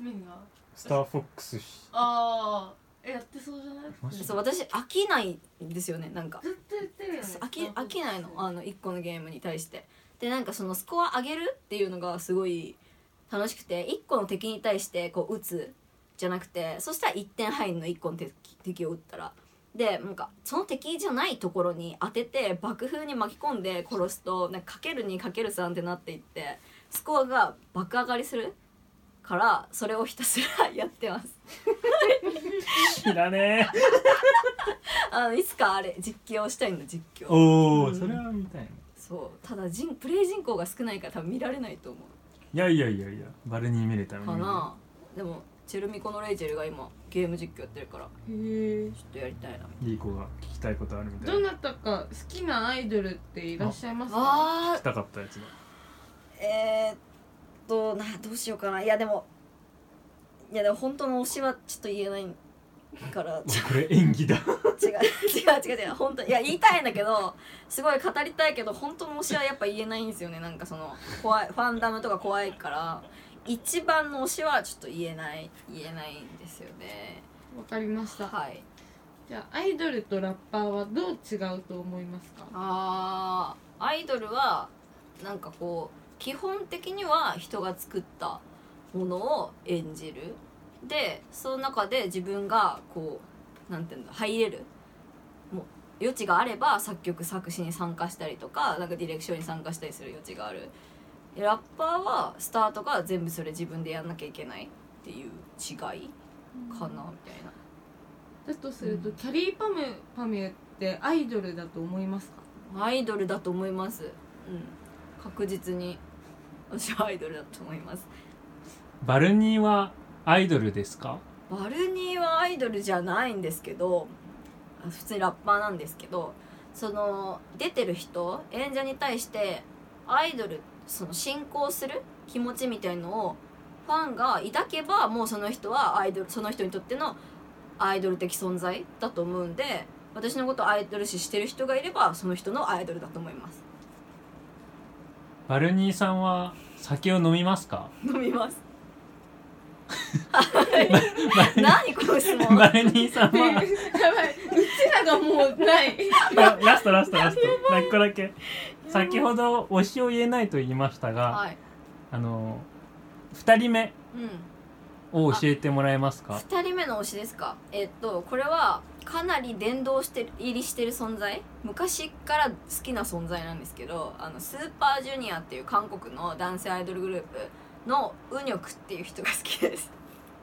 Speaker 2: 何が
Speaker 3: スターフォックスし
Speaker 2: ああやってそうじゃない
Speaker 3: マジ
Speaker 1: そう私飽きないんですよねなんか
Speaker 2: ずっとやってるよね
Speaker 1: 飽き飽きないのあの1個のゲームに対してでなんかそのスコア上げるっていうのがすごい楽しくて1個の敵に対してこう打つじゃなくてそしたら1点入るの1個の敵敵を打ったら。でなんかその敵じゃないところに当てて爆風に巻き込んで殺すとなんかかける2かける3ってなっていってスコアが爆上がりするからそれをひたすら やってます
Speaker 4: 知ら ねえ
Speaker 1: あのいつかあれ実況したいの実況
Speaker 3: お
Speaker 1: う
Speaker 3: お
Speaker 1: ん
Speaker 3: それは見たいな
Speaker 1: そうただ人プレイ人口が少ないから多分見られないと思
Speaker 3: いやいやいやいやバルニー見れた
Speaker 1: う
Speaker 3: ら
Speaker 1: かな、でもチェルミコのレイジェルが今ゲーム実況やってるから
Speaker 5: へえ
Speaker 1: ちょっとやりたいな
Speaker 3: リーコが聞きたいことあるみたい
Speaker 5: ど
Speaker 3: な聞
Speaker 5: なたか好きなアイドルっていらっしゃいますか
Speaker 1: あ
Speaker 3: きたかったやつだ
Speaker 1: えー、っとなどうしようかないやでもいやでも本当の推しはちょっと言えないから ちょ
Speaker 3: これ演技だ
Speaker 1: 違う違う違う違う本当いや言いたいんだけどすごい語りたいけど本当の推しはやっぱ言えないんですよねなんかその怖いファンダムとか怖いから一番の推しはちょっと言えない言えないんですよね
Speaker 5: わかりました
Speaker 1: はい
Speaker 5: じゃあアイドルとラッパーはどう違うと思いますか
Speaker 1: あーアイドルはなんかこう基本的には人が作ったものを演じるでその中で自分がこうなんていうんだ入れるもう余地があれば作曲作詞に参加したりとかなんかディレクションに参加したりする余地があるでラッパーはスタートが全部それ自分でやんなきゃいけないっていう違いかなみたいな
Speaker 5: だとすると、キャリーパムパムってアイドルだと思います か
Speaker 1: アイドルだと思います。うん、確実に私はアイドルだと思います。
Speaker 3: バルニーはアイドルですか
Speaker 1: バルニーはアイドルじゃないんですけど、あ普通にラッパーなんですけど、その出てる人演者に対してアイドルその進行する気持ちみたいのをファンが抱けばもうその人はアイドルその人にとってのアイドル的存在だと思うんで私のことをアイドル視してる人がいればその人のアイドルだと思います
Speaker 3: バルニーさんは酒を飲みますか
Speaker 1: 飲みます。何この質問。
Speaker 3: バルニーさん
Speaker 5: や ば
Speaker 3: はい
Speaker 5: ちらがもうない
Speaker 3: ララストラストラスト1個だけ先ほど推しを言えないと言いましたが
Speaker 1: はい。
Speaker 3: あの2人目
Speaker 1: うん。
Speaker 3: を教えてもらえますか
Speaker 1: 二人目の推しですか。えっとこれはかなり殿堂してる入りしてる存在。昔から好きな存在なんですけど、あのスーパージュニアっていう韓国の男性アイドルグループのウニョクっていう人が好きです。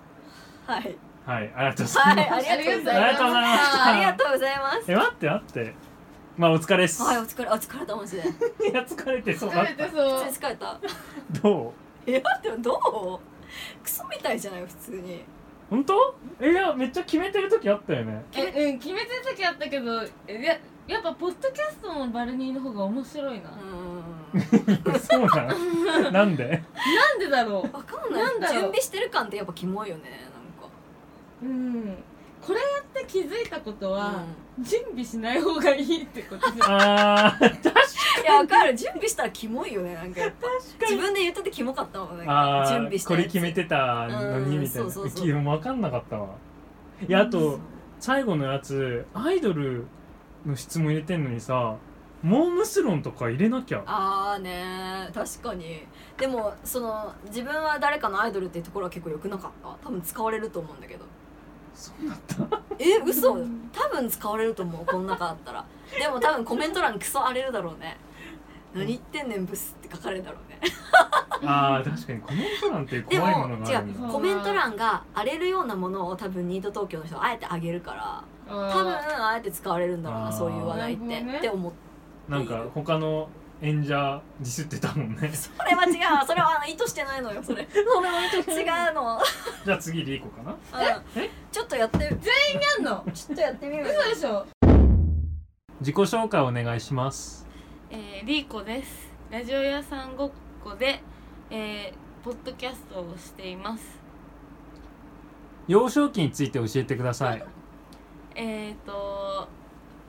Speaker 1: はい。
Speaker 3: はいありがとうござい
Speaker 1: は
Speaker 3: ま
Speaker 1: い。ありがとうござい
Speaker 3: あり
Speaker 1: ま
Speaker 3: が
Speaker 1: す
Speaker 3: とうございま。した
Speaker 1: ありがとうございます
Speaker 3: え待って待ってまあお疲れっす、
Speaker 1: す。 はい、お疲れ、お疲れたもしれない。普
Speaker 3: いや疲れてそうだっ
Speaker 5: 疲れてそう
Speaker 1: 通に 疲れた。
Speaker 3: たどう
Speaker 1: え、待って、どう。クソみたいじゃない、普通に。
Speaker 3: 本当えいやめっちゃ決めてる時あったよね
Speaker 5: えうん決めてた時あったけどえややっぱポッドキャストのバルニーの方が面白い な、
Speaker 1: うーん。
Speaker 3: そう なのなんで
Speaker 5: なんでだろ
Speaker 1: わかんない
Speaker 5: なんだろう
Speaker 1: 準備してる感ってやっぱキモいよね
Speaker 5: ううんこれやって気づいたこと
Speaker 1: なんか
Speaker 5: は、、準備しない方がいいってこと ね
Speaker 3: あー
Speaker 1: うん、いやわかる準備したらキモいよねなんかやっぱ自分で言っててキモかったもんね
Speaker 3: あー
Speaker 1: 準備した
Speaker 3: こ
Speaker 1: やつ
Speaker 3: れ決めてたのに
Speaker 1: うん
Speaker 3: みた
Speaker 1: そ
Speaker 3: いな
Speaker 1: うそうそう
Speaker 3: いや分かんなかったわいやあと最後のやつアイドルの質問入れてんのにさモームスロンとか入れなきゃ
Speaker 1: ああねー確かにでもその自分は誰かのアイドルっていうところは結構良くなかった多分使われると思うんだけど
Speaker 3: そうなった
Speaker 1: え嘘多分使われると思うこの中だったらでも多分コメント欄にクソ荒れるだろうね何言ってんねんブスって書かれるだろうね
Speaker 3: あー確かにコメント欄って怖いものがあるん
Speaker 5: でも違
Speaker 3: だ
Speaker 5: う
Speaker 1: コメント欄が荒れるようなものを多分ニート東京の人はあえてあげるから
Speaker 5: あー
Speaker 1: 多分あえて使われるんだろう
Speaker 3: あ
Speaker 1: な
Speaker 3: ー
Speaker 1: そういう話題って、
Speaker 5: なるほどね
Speaker 1: って思っ
Speaker 3: なんか他の演者ディスってたもんね
Speaker 1: それは違う それはあの意図してないのよそれそれは意図違う の、
Speaker 3: じゃあ次リーコかな
Speaker 1: うん
Speaker 3: え
Speaker 1: ちょっとやってち
Speaker 5: やんの
Speaker 1: ょっとやってみる
Speaker 5: 嘘でしょ
Speaker 3: 自己紹介お願いします
Speaker 6: えー、リーコですラジオ屋さんごっこで、えー、ポッドキャストをしています
Speaker 3: 幼少期について教えてください
Speaker 6: えっ、と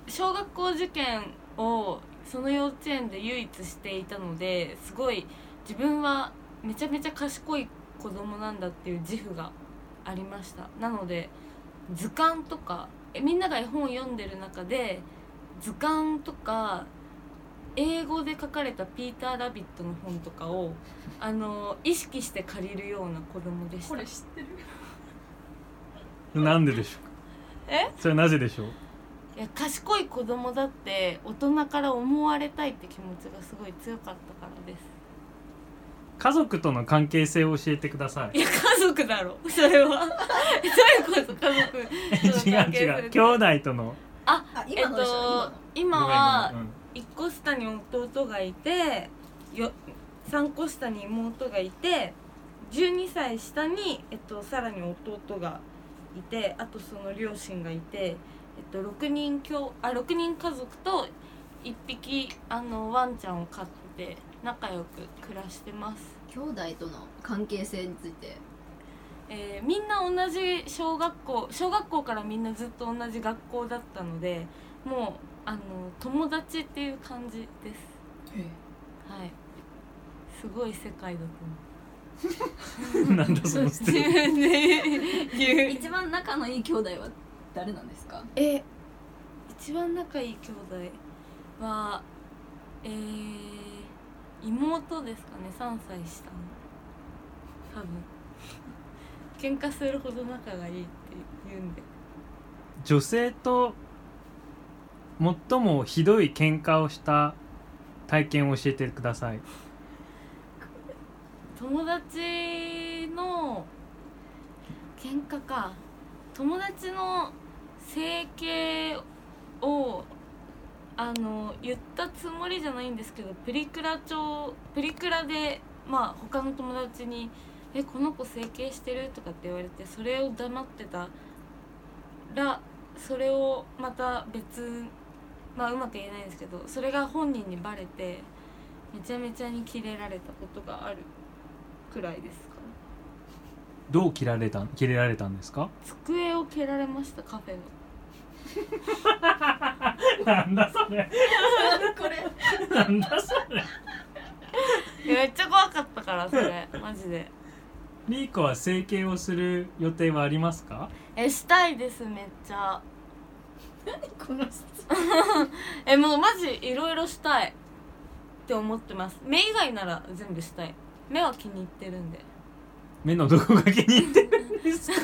Speaker 6: 小学校受験をその幼稚園で唯一していたのですごい自分はめちゃめちゃ賢い子供なんだっていう自負がありましたなので図鑑とかえみんなが絵本を読んでる中で図鑑とか
Speaker 5: 英語で書かれたピーター・ラビットの本とかをあの意識して借りるような子供でした
Speaker 1: これ知ってる
Speaker 7: なんででしょう
Speaker 5: え
Speaker 7: それなぜでしょう
Speaker 5: いや賢い子供だって大人から思われたいって気持ちがすごい強かったからです
Speaker 7: 家族との関係性を教えてください
Speaker 5: いや家族だろ それはそれこそ家族
Speaker 7: 違う 違う兄弟との
Speaker 5: あ
Speaker 1: あ
Speaker 5: えっ
Speaker 1: 今のでし
Speaker 5: と
Speaker 1: ょ
Speaker 5: 今
Speaker 7: ごめ
Speaker 5: は
Speaker 7: んごめんうん
Speaker 5: 1個下に弟がいてよ3個下に妹がいて12歳下に、えっと、さらに弟がいてあとその両親がいて、えっと、6, 人きょうあ6人家族と1匹あのワンちゃんを飼って仲良く暮らしてます。
Speaker 1: 今兄弟との関係性について
Speaker 5: えーみんな同じ小学校小学校からみんなずっと同じ学校だったのでもうあの友達っていう感じですはいすごい世界だと
Speaker 7: なんだそ
Speaker 5: 思う
Speaker 7: のステージ
Speaker 5: 言う
Speaker 1: 一番仲のいい兄弟は誰なんですか
Speaker 5: え一番仲いい兄弟はえー妹ですかね3歳下の多分喧嘩するほど仲がいいって言うんで
Speaker 7: 女性と最もひどい喧嘩をした体験を教えてください
Speaker 5: 友達の喧嘩か友達の整形をあの言ったつもりじゃないんですけどプリクラ帳プリクラでまあ他の友達に「えこの子整形してる?」とかって言われてそれを黙ってたらそれをまた別まあうまく言えないんですけどそれが本人にバレてめちゃめちゃにキレられたことがあるくらいですかね
Speaker 7: どう切られた切れられたんですか
Speaker 5: 机を蹴られましたカフェの
Speaker 7: なんだそれ
Speaker 1: これ
Speaker 7: なんだそれ
Speaker 5: いやめっちゃ怖かったからそ れマジで
Speaker 7: リーコは整形をする予定はありますか
Speaker 5: えしたいですめっちゃ
Speaker 1: この質
Speaker 5: えもうマジいろいろしたいって思ってます目以外なら全部したい目は気に入ってるんで
Speaker 7: 目のどこが気に入 ってるんですか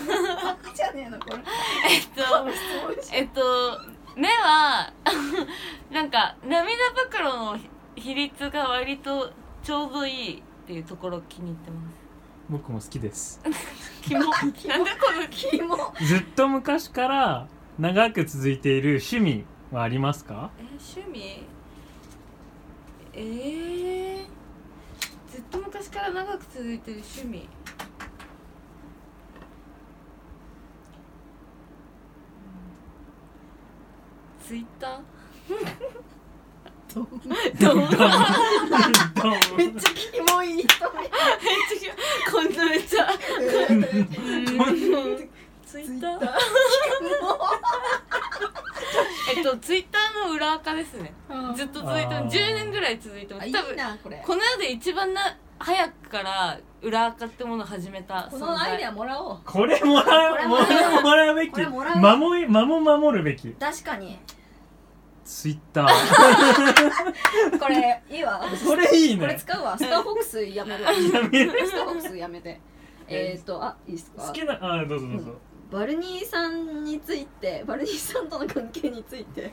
Speaker 1: じゃねえのこれ
Speaker 5: えっとえっと目は なんか涙袋の比率が割とちょうどいいっていうところ気に入ってま
Speaker 7: 僕も好き です
Speaker 5: すキモ なんでこのキ
Speaker 1: キモ
Speaker 7: ずっと昔から長く続いている趣味はあります か
Speaker 5: え趣味えー、ずっと昔から長く続いてる趣味ツイッターどうめっち
Speaker 1: めっちゃキモい人
Speaker 5: ゃこんなめっちゃツイッターえっとツイッターの裏垢ですねずっと続いて
Speaker 7: あ
Speaker 5: ま
Speaker 7: ー
Speaker 5: す10年ぐらい続いてま
Speaker 1: あ
Speaker 5: す
Speaker 1: いい
Speaker 5: 多分
Speaker 1: なこれこ
Speaker 5: この世で一番な早くから裏垢ってものを始めた
Speaker 1: のアイデ
Speaker 5: ア
Speaker 1: アもらおう
Speaker 7: これもらうも
Speaker 1: これも
Speaker 7: ら
Speaker 1: らう
Speaker 7: うもらうべ
Speaker 1: こ
Speaker 7: き
Speaker 1: れもらう
Speaker 7: 守り守守るべき
Speaker 1: 確かに
Speaker 7: ツイッ ター
Speaker 1: これいいわ
Speaker 7: これいい
Speaker 1: これ
Speaker 7: ね
Speaker 1: 使うわスターフォックスやめる
Speaker 7: やめる
Speaker 1: スターフォックスやめてえっとあいいっす
Speaker 7: 好
Speaker 1: か
Speaker 7: きなあどうぞどうぞ、
Speaker 1: バルニーさんについてバルニーさんとの関係について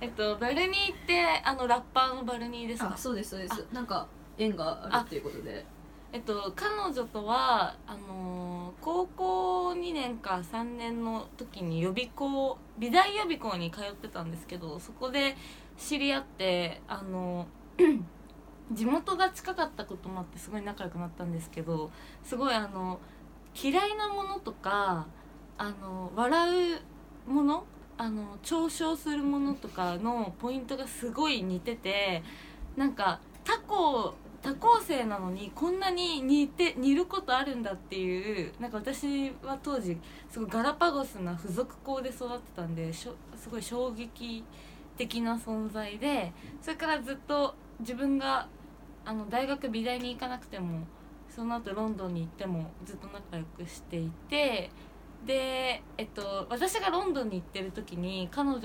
Speaker 5: えっとバルニーってあのラッパーのバルニーです
Speaker 1: あ
Speaker 5: か
Speaker 1: そうですそうですなんか縁があるっていうことで
Speaker 5: えっと彼女とはあのー高校2年か3年の時に予備校美大予備校に通ってたんですけどそこで知り合ってあの ー地元が近かったこともあってすごい仲良くなったんですけどすごいあの嫌いなものとかあの笑うものあの嘲笑するものとかのポイントがすごい似ててなんか他校他校生なのにこんなに似て似ることあるんだっていうなんか私は当時すごいガラパゴスな付属校で育ってたんでしょすごい衝撃的な存在でそれからずっと自分があの大学美大に行かなくてもその後ロンドンに行ってもずっと仲良くしていてで、えっと、私がロンドンに行ってる時に彼女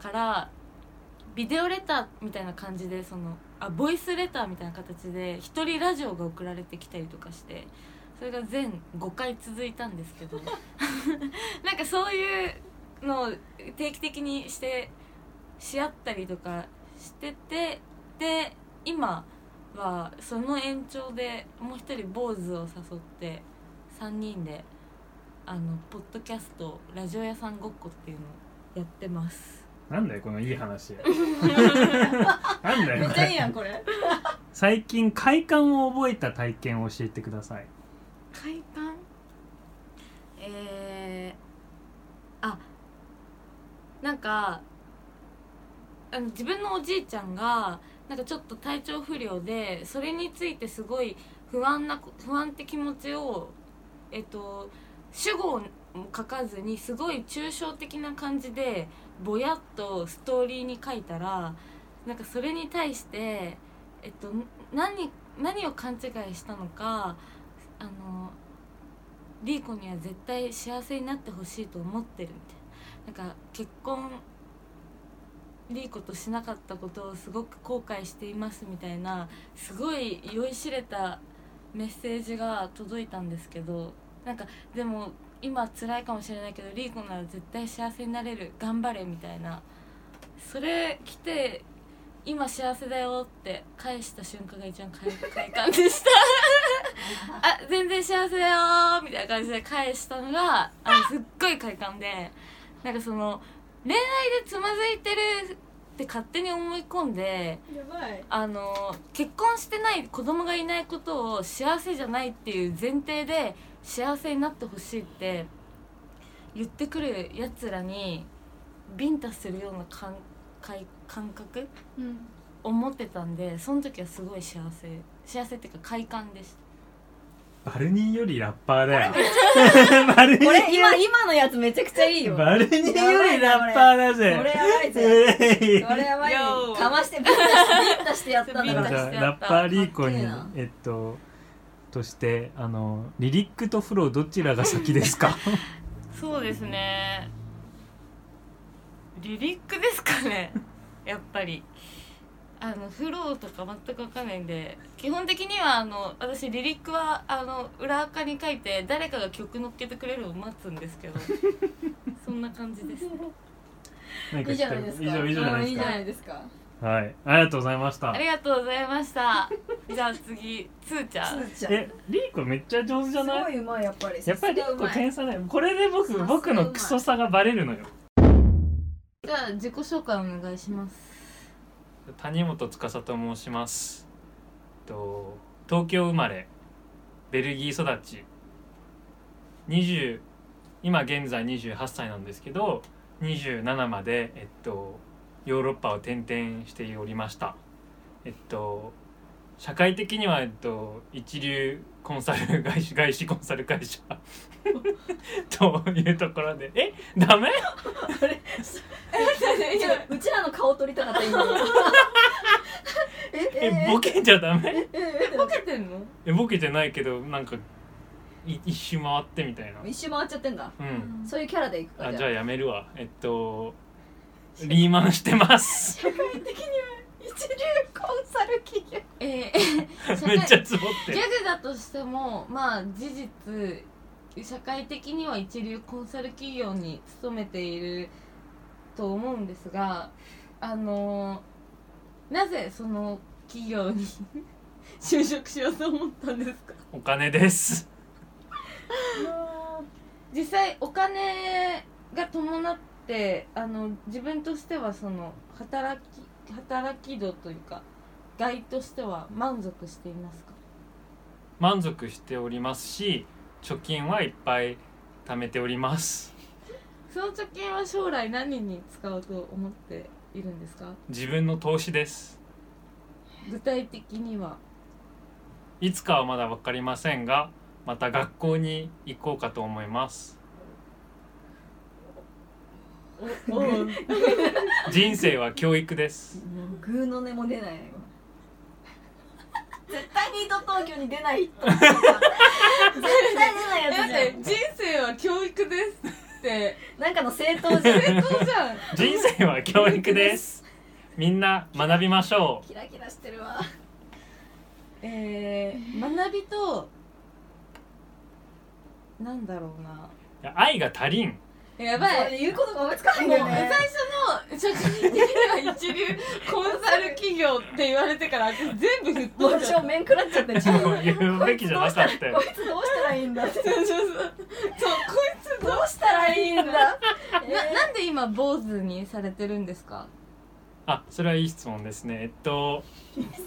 Speaker 5: からビデオレターみたいな感じでそのあボイスレターみたいな形で一人ラジオが送られてきたりとかしてそれが全5回続いたんですけど なんかそういうのを定期的にしてし合ったりとかしててで今はその延長でもう一人坊主を誘って3人であのポッドキャストラジオ屋さんごっこっていうのをやってます。
Speaker 7: なんだよこのいい 話なんだ
Speaker 1: め
Speaker 7: よ
Speaker 1: っ
Speaker 7: こ
Speaker 1: ちゃいい
Speaker 7: れ
Speaker 1: やんこれ
Speaker 7: 最近快感を覚えた体験を教えてください
Speaker 5: 快感えー、あなんかあの自分のおじいちゃんがなんかちょっと体調不良でそれについてすごい不安なこ不安って気持ちをえっと主語を書かずにすごい抽象的な感じでぼやっとストーリーに書いたらなんかそれに対して、えっと、何何を勘違いしたのかあのリーコには絶対幸せになってほしいと思ってるみたいななんか結婚リーコとしなかったことをすごく後悔していますみたいなすごい酔いしれたメッセージが届いたんですけどなんかでも今辛いかもしれないけどリーコなら絶対幸せになれる頑張れみたいなそれ来て今幸せだよって返した瞬間が一番快快感でしたあ全然幸せだよーみたいな感じで返したのがあのすっごい快感でなんかその恋愛でつまずいてるって勝手に思い込んで
Speaker 1: やばい
Speaker 5: あの結婚してない子供がいないことを幸せじゃないっていう前提で幸せになってほしいって言ってくるやつらにビンタするような感快感覚
Speaker 1: うん
Speaker 5: 思ってたんでその時はすごい幸せ幸せっていうか快感でし
Speaker 7: バルニーよりラッパーだよバルニ
Speaker 1: これ
Speaker 7: ー
Speaker 1: 今今のやつめちゃくちゃいいよこ
Speaker 7: バルニーよりラッパーだぜ
Speaker 1: れやばいぜ
Speaker 7: えい
Speaker 1: これやばいね
Speaker 5: よー
Speaker 1: かましてビンタしてビンタしてやったん
Speaker 5: ビ
Speaker 1: だ
Speaker 5: ン
Speaker 1: か
Speaker 5: タ
Speaker 7: まあじ
Speaker 1: ら
Speaker 5: して
Speaker 7: ゃ
Speaker 5: や
Speaker 7: あ
Speaker 5: った
Speaker 7: ラッパーリーコ
Speaker 1: かっけ
Speaker 7: に
Speaker 1: えな
Speaker 7: えっととしてあのリリックとフローどちらが先です か
Speaker 5: たそうですねリリックですかねやっぱりあのフローとか全く分かんないんで基本的にはあの私リリックはあの裏垢に書いて誰かが曲乗っけてくれるのを待つんですけどそんな感じです
Speaker 7: 何
Speaker 1: いい
Speaker 7: 聞き
Speaker 1: じゃ
Speaker 7: た
Speaker 1: ないいですか
Speaker 7: 以上いいじゃないです
Speaker 1: うんいいじゃ
Speaker 7: か
Speaker 1: ないですか
Speaker 7: はいありがとうございました
Speaker 5: ありがとうございましたじゃあ次つーちゃん
Speaker 1: すーちゃん
Speaker 7: えリーコめっちゃ上手じゃ
Speaker 1: す
Speaker 7: な
Speaker 1: ご
Speaker 7: い
Speaker 1: い上手いやっぱり
Speaker 7: やっぱりリ
Speaker 1: さす
Speaker 7: ーコ
Speaker 1: が上手い
Speaker 7: 天才だよこれで僕
Speaker 1: さすがうまい
Speaker 7: 僕のクソさがバレるのよ
Speaker 5: じゃあ自己紹介お願いします
Speaker 3: 谷本司と申しますえっと東京生まれベルギー育ち20今現在28歳なんですけど27まで、えっと、ヨーロッパを転々しておりましたえっと社会的には、えっと、一流コンサル外資外資コンサル会社 というところでえダメ
Speaker 1: ちょっとうちらの顔撮りたかった今え
Speaker 3: えボケちゃダメ
Speaker 1: ええ
Speaker 5: ボケてんの
Speaker 3: えボケじゃないけどなんかい一周回ってみたいな
Speaker 1: 一周回っちゃってんだ
Speaker 3: うん
Speaker 1: そういうキャラでいくか
Speaker 3: あじ
Speaker 1: じ
Speaker 3: ゃ
Speaker 1: ゃ
Speaker 3: あやめるわえっとリーマンしてます
Speaker 1: 社会的には一流コンサル企業
Speaker 5: えー社
Speaker 3: め
Speaker 5: 会
Speaker 3: っちゃつぼって
Speaker 5: ギ
Speaker 3: る
Speaker 5: ャグだとしてもまあ事実社会的には一流コンサル企業に勤めていると思うんですがあのなぜその企業に 就職しようと思ったんですか
Speaker 3: お金です
Speaker 5: 実際お金が伴ってあの自分としてはその働き働き度というか外としては満足していますか
Speaker 3: 満足しておりますし貯金はいっぱい貯めております
Speaker 5: その貯金は将来何に使おうと思っているんですか
Speaker 3: 自分の投資です
Speaker 5: 具体的 にはい
Speaker 3: つかはまだ分かりませんがまた学校に行こうかと思います
Speaker 5: お
Speaker 3: 人生は教育です
Speaker 1: もうグーの音も出ないよ絶対に糸東京に出ない人絶対出ないやつじゃん
Speaker 5: 人生は教育ですって
Speaker 1: なんかの正当じゃん
Speaker 5: 成功じゃん
Speaker 3: 人生は教育ですみんな学びましょ
Speaker 1: キラキラしてるわ
Speaker 2: えー、学びとなんだろうな
Speaker 3: う愛が足りん
Speaker 2: やばい
Speaker 1: 言うことが思いつかないん
Speaker 2: も
Speaker 1: だ
Speaker 2: う
Speaker 1: よね
Speaker 2: 最初の職人的には一流コンサル企業って言われてから私全部吹っ
Speaker 1: も
Speaker 2: 飛ん
Speaker 1: う
Speaker 2: じゃ
Speaker 1: 正
Speaker 2: った
Speaker 1: 面食らっちゃった自分
Speaker 3: もう言うべきじゃなかったよ
Speaker 1: こいつどうしたらいいんだって
Speaker 2: そうそうそうそうこ
Speaker 1: どうしたらいいんだ
Speaker 2: いつななんで今坊主にされてるんですか
Speaker 3: あそれはいい質問ですねえっと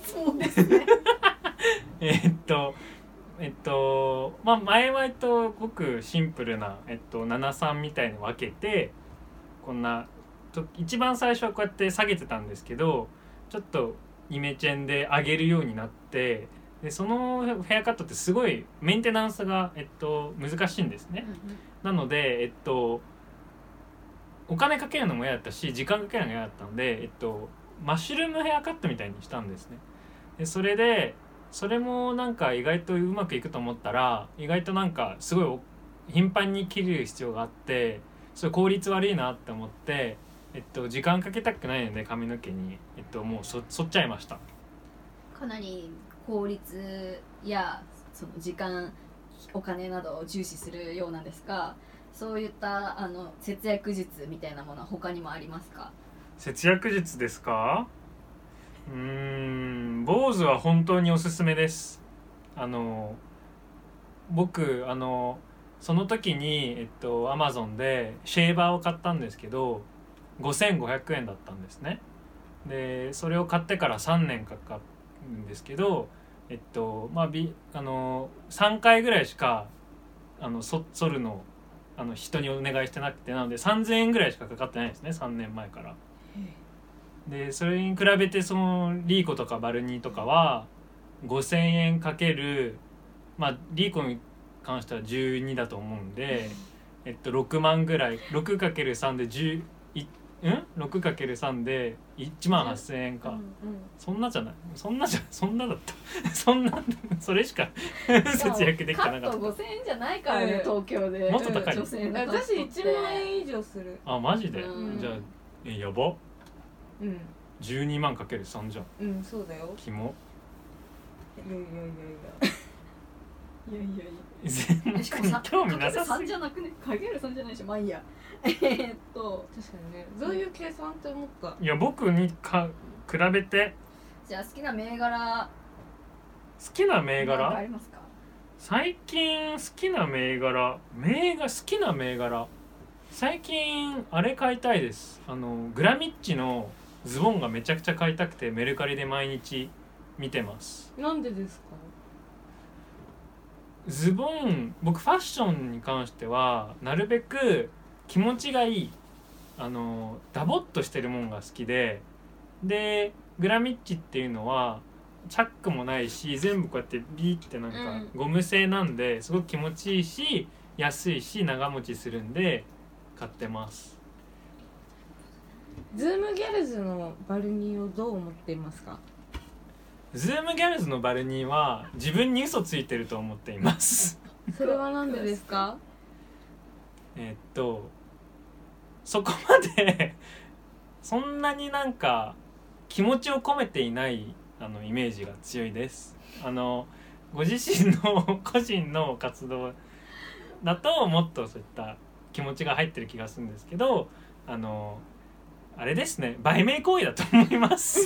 Speaker 1: そうですね
Speaker 3: えっとえっとまあ前はえっとごくシンプルな、えっと、73みたいに分けてこんなと一番最初はこうやって下げてたんですけどちょっとイメチェンで上げるようになってでそのヘアカットってすごいメンテナンスが、えっと、難しいんですね。なのでえっとお金かけるのも嫌だったし時間かけるのも嫌だったので、えっと、マッシュルームヘアカットみたいにしたんですね。でそれでそれもなんか意外とうまくいくと思ったら意外となんかすごいお頻繁に切る必要があってそれ効率悪いなって思って、えっと、時間かけたくないので髪の毛に、えっと、もうそ剃っちゃいました。
Speaker 1: かなり効率やその時間お金などを重視するようなんですがそういったあの節約術みたいなものは他にもありますか
Speaker 3: 節約術ですかうーん坊主は本当におすすめですあの僕あのその時にえっとアマゾンでシェーバーを買ったんですけど5500円だったんですねでそれを買ってから3年かかるんですけどえっとまあびあの3回ぐらいしかあのそ剃るのをあの人にお願いしてなくてなので3,000円ぐらいしかかかってないですね3年前から。でそれに比べてそのリーコとかバルニーとかは5,000円かけるまあリーコに関しては12だと思うんで、えっと、6万ぐらい 6×3 で10いん 6×3 で1万8,000円か、そんなじゃないそんなじゃそんなだった そんなそれしか 節約できてなか
Speaker 1: カ
Speaker 3: っ
Speaker 1: ット
Speaker 3: た
Speaker 1: 5000円じゃないからね、
Speaker 2: うん
Speaker 1: 東京で
Speaker 3: もっと高い
Speaker 1: 女性の
Speaker 2: 私1万
Speaker 1: 円
Speaker 2: 円以上する
Speaker 3: あマジで、
Speaker 1: うん
Speaker 3: じゃあえやば
Speaker 2: うん
Speaker 3: 12万かける3じゃん
Speaker 2: うんそうだよ
Speaker 3: キモ
Speaker 2: いやいやいやい
Speaker 1: いやいやい
Speaker 3: 全
Speaker 1: や
Speaker 3: 然
Speaker 1: しか もさ
Speaker 3: 興味なさ
Speaker 1: かけ
Speaker 3: す
Speaker 1: る3
Speaker 3: ぎ
Speaker 1: じゃなくねかける3じゃないしまあ いいやえーっと
Speaker 2: 確かにねどういう計算って思った
Speaker 3: いや僕にか比べて
Speaker 1: じゃあ好きな銘柄
Speaker 3: 好きな銘
Speaker 1: なんかあ
Speaker 3: 柄
Speaker 1: りますか
Speaker 3: 最近好きな銘柄銘柄好きな銘柄最近あれ買いたいですあのグラミッチのズボンがめちゃくちゃ買いたくてメルカリで毎日見てます
Speaker 2: なんでですか
Speaker 3: ズボン僕ファッションに関してはなるべく気持ちがいいあのダボっとしてるもんが好きででグラミッチっていうのはチャックもないし全部こうやってビーってなんか
Speaker 1: うん
Speaker 3: ゴム製なんですごく気持ちいいし安いし長持ちするんで買ってます
Speaker 2: ズームギャルズのバルニーをどう思っていますか
Speaker 3: ズームギャルズのバルニーは自分に嘘ついてると思っています
Speaker 2: それはなんでですか
Speaker 3: えっとそこまで そんなになんか気持ちを込めていないあのイメージが強いですあのご自身の 個人の活動だともっとそういった気持ちが入ってる気がするんですけどあのあれですね売名行為だと思います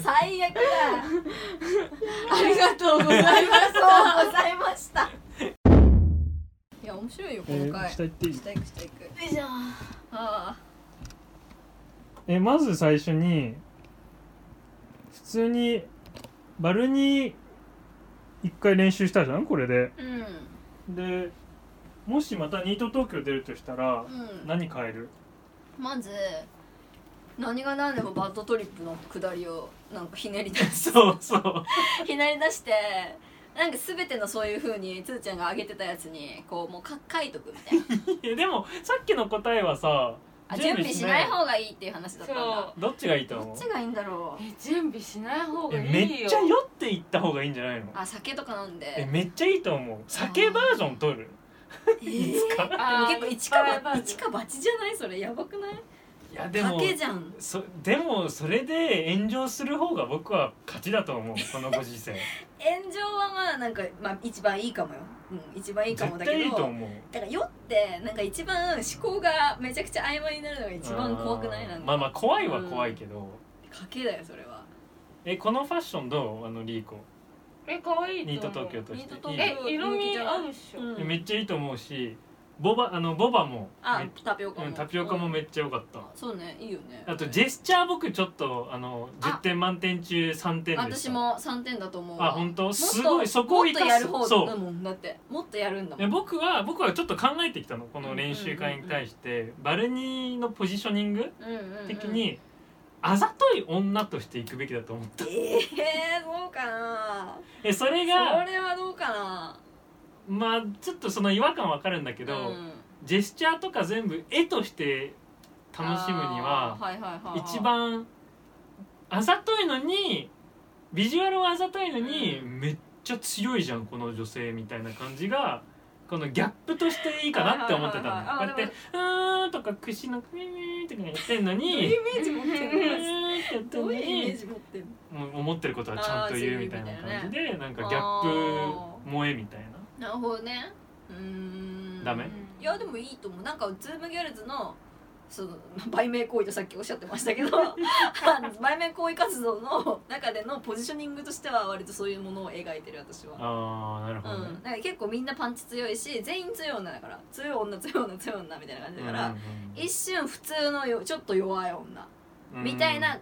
Speaker 1: 最悪だ
Speaker 2: ありがとうござ
Speaker 1: あ
Speaker 2: い
Speaker 1: り
Speaker 2: ま
Speaker 1: が
Speaker 2: す
Speaker 1: とうございましたいや面白いよ
Speaker 7: え
Speaker 1: 今回、
Speaker 7: ー下行っていい
Speaker 1: 下行く下行くよいしょあ
Speaker 7: えまず最初に普通にバルに一回練習したじゃんこれで
Speaker 1: ーうんうん
Speaker 7: でもしまたニート東京出るとしたら何変える
Speaker 1: まず何が何でもバッドトリップの下りをなんかひねり出す
Speaker 3: そうそう
Speaker 1: ひねり出してなんか全てのそういうふうにつーちゃんが上げてたやつにこうもうか書いとくみ たいな
Speaker 3: いやでもさっきの答えはさ
Speaker 1: あ準備しない方がいいっていう話だったん
Speaker 5: そう
Speaker 1: だ
Speaker 3: どっちがいいと
Speaker 1: ど
Speaker 3: 思
Speaker 1: っ
Speaker 3: う
Speaker 1: ちがいいんだろう
Speaker 5: え準備しない方が
Speaker 3: え
Speaker 5: いいよ
Speaker 3: めっちゃ酔って行った方がいいんじゃないの
Speaker 1: あ酒とか飲ん
Speaker 3: え
Speaker 1: で
Speaker 3: めっちゃいいと思う酒バージョン取る
Speaker 1: えー
Speaker 5: あー
Speaker 1: でも結構一か
Speaker 5: いっぱい
Speaker 1: 八
Speaker 5: ある
Speaker 1: 一か八じゃないそれやばくない
Speaker 3: いやで
Speaker 1: 賭
Speaker 3: も
Speaker 1: けじゃん
Speaker 3: そでもそれで炎上する方が僕は勝ちだと思うこのご時世
Speaker 1: 炎上はまあなんか、まあ、一番いいかもよ、うん、一番いいかもだ
Speaker 3: 絶
Speaker 1: けど
Speaker 3: 対いいと思う
Speaker 1: だから酔ってなんか一番思考がめちゃくちゃ曖昧になるのが一番怖くない
Speaker 3: あ
Speaker 1: な
Speaker 3: ー
Speaker 1: んか
Speaker 3: まあまあ怖いは怖いけど、
Speaker 1: 賭けだよそれは
Speaker 3: えこのファッションどうあのリーコ
Speaker 5: え可愛い
Speaker 3: ニー
Speaker 5: と
Speaker 3: ト
Speaker 5: 思う
Speaker 3: 東京として
Speaker 1: ニート
Speaker 3: いい
Speaker 1: 東
Speaker 5: え
Speaker 1: 京
Speaker 5: 色味合うっしょ、
Speaker 1: うん
Speaker 3: めっちゃいいと思うしボバあのボバも
Speaker 1: あ
Speaker 3: めっ
Speaker 1: タピオカも、
Speaker 3: うん、タピオカもめ
Speaker 1: っ
Speaker 3: っちゃ良かった、
Speaker 1: そうねいいよね
Speaker 3: あとジェスチャー僕ちょっとあの
Speaker 1: あ
Speaker 3: 10点満点中3点でした
Speaker 1: 私も3点だと思うわ
Speaker 3: あ本当
Speaker 1: もっと
Speaker 3: すごいそこを
Speaker 1: もっ
Speaker 3: 生
Speaker 1: と
Speaker 3: か
Speaker 1: や
Speaker 3: す
Speaker 1: る方
Speaker 3: そ
Speaker 1: だ
Speaker 3: う
Speaker 1: もんだってもっとやるんだも
Speaker 3: え
Speaker 1: ん
Speaker 3: 僕は僕はちょっと考えてきたのこの練習会に対して、バルニーのポジショニング
Speaker 1: うんうんうん
Speaker 3: 的に、あざとい女としていくべきだと思った
Speaker 1: ええー、どうかな
Speaker 3: えそれ
Speaker 1: そ
Speaker 3: が
Speaker 1: れはどうかな
Speaker 3: まあちょっとその違和感わかるんだけど、
Speaker 1: うん
Speaker 3: ジェスチャーとか全部絵として楽しむには
Speaker 1: あーはいはいはいはい
Speaker 3: 一番あざといのにビジュアルはあざといのに、
Speaker 1: う
Speaker 3: めっちゃ強いじゃんこの女性みたいな感じがこのギャップとしていいかなって思ってたの
Speaker 1: はいはいはいはい
Speaker 3: こうやって「うーん」とか串の「ミミー」とかやってんのに
Speaker 1: イメージ持っ
Speaker 3: 「う
Speaker 1: てる
Speaker 3: ーん」ってやってん
Speaker 1: ど
Speaker 3: の
Speaker 1: ういうイメー
Speaker 3: に
Speaker 1: ジ持ってる
Speaker 3: もう思ってることはちゃんと言うみたいな感じでなんかギャップ萌えみたいな。
Speaker 1: なるほどねうーん
Speaker 3: ダメ
Speaker 1: いやでもいいと思うなんかズームギャルズのその売名行為とさっきおっしゃってま したけどあの売名行為活動の中でのポジショニングとしては割とそういうものを描いてる私は。
Speaker 3: あーなる
Speaker 1: う
Speaker 3: ほどね
Speaker 1: ん、なんか結構みんなパンチ強いし全員強い女だから強い女強い女強い女みたいな感じだから、
Speaker 3: うん
Speaker 1: 一瞬普通のよちょっと弱い女
Speaker 3: うん
Speaker 1: みたいな、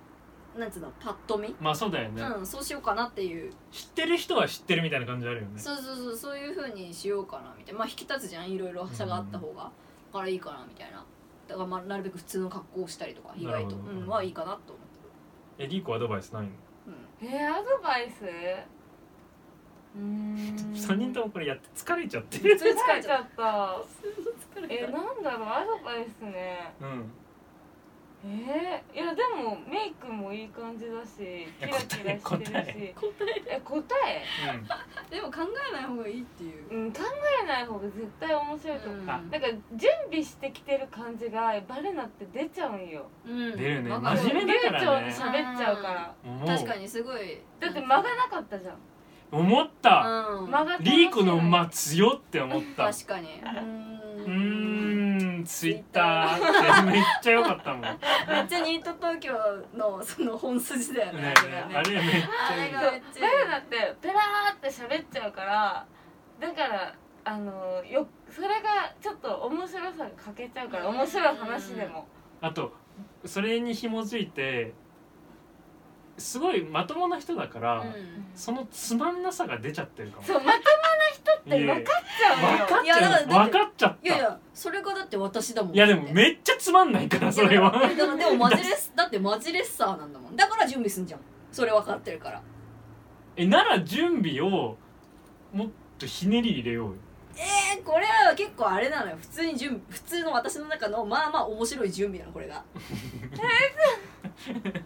Speaker 1: なんつうのパッと見、
Speaker 3: まあそうだよね、
Speaker 1: うん、そうしようかなっていう
Speaker 3: 知ってる人は知ってるみたいな感じあるよね
Speaker 1: そうそうそうそういうふうにしようかなみたいなまあ引き立つじゃんいろいろ差があった方が、だからいいかなみたいなだからまあなるべく普通の格好をしたりとか意外と、
Speaker 3: なるほど
Speaker 1: うん、はいいかなと思って
Speaker 3: えリーコアドバイスないの
Speaker 1: る、
Speaker 5: えーアドバイスうーん
Speaker 3: 3人ともこれやって疲れちゃって
Speaker 1: うん、
Speaker 3: る
Speaker 1: 普通に疲
Speaker 5: 疲
Speaker 1: れ
Speaker 5: れ
Speaker 1: ち
Speaker 5: ち
Speaker 1: ゃ
Speaker 5: ゃった
Speaker 1: う
Speaker 5: えなんだろうアドバイスね
Speaker 3: うん
Speaker 5: えー、いやでもメイクもいい感じだしキラキラしてるし
Speaker 3: 答え
Speaker 5: え答 え
Speaker 1: でも考えない方がいいっていう、
Speaker 5: うん考えない方が絶対面白いと思う、
Speaker 1: うん
Speaker 3: あ
Speaker 5: なんか準備してきてる感じがバレなって出ちゃうんよ
Speaker 1: うん
Speaker 3: 出るね
Speaker 1: わか
Speaker 3: 真面目だからね
Speaker 5: 流暢に喋っちゃうから
Speaker 3: うんもう
Speaker 1: 確かにすごい
Speaker 5: だって間がなかったじゃん
Speaker 3: 思った
Speaker 1: うん
Speaker 5: 間が楽しい
Speaker 3: リーコの馬強って思ったう
Speaker 1: 確かにう
Speaker 3: ー
Speaker 1: ーん
Speaker 3: んツイッターってめっちゃ良かったも んね
Speaker 1: めっちゃニート東京のその本筋だよね
Speaker 3: えねえあ
Speaker 1: れ
Speaker 3: れめっ
Speaker 1: あれ
Speaker 5: そ
Speaker 1: が
Speaker 5: う
Speaker 1: め
Speaker 5: バ
Speaker 1: っちゃいい
Speaker 5: レなってペラーって喋っちゃうからだからあのよそれがちょっと面白さが欠けちゃうから面白い話でも
Speaker 3: あとそれに紐づいてすごいまともな人だから、
Speaker 1: うん
Speaker 3: そのつまんなさが出ちゃってるかも
Speaker 5: そうまともな人って分かっちゃうよ
Speaker 3: 分かっ
Speaker 1: い
Speaker 3: ちゃ
Speaker 1: やだから
Speaker 3: う分かっちゃった
Speaker 1: いやいやそれがだって私だもん
Speaker 3: いやでもめっちゃつまんないからそれは
Speaker 1: だからでもマジレ スだってマジレッサーなんだもんだから準備すんじゃんそれ分かってるから
Speaker 3: えなら準備をもっとひねり入れようよ
Speaker 1: えー、これは結構あれなのよ普通に準備普通の私の中のまあまあ面白い準備なのこれ がまあ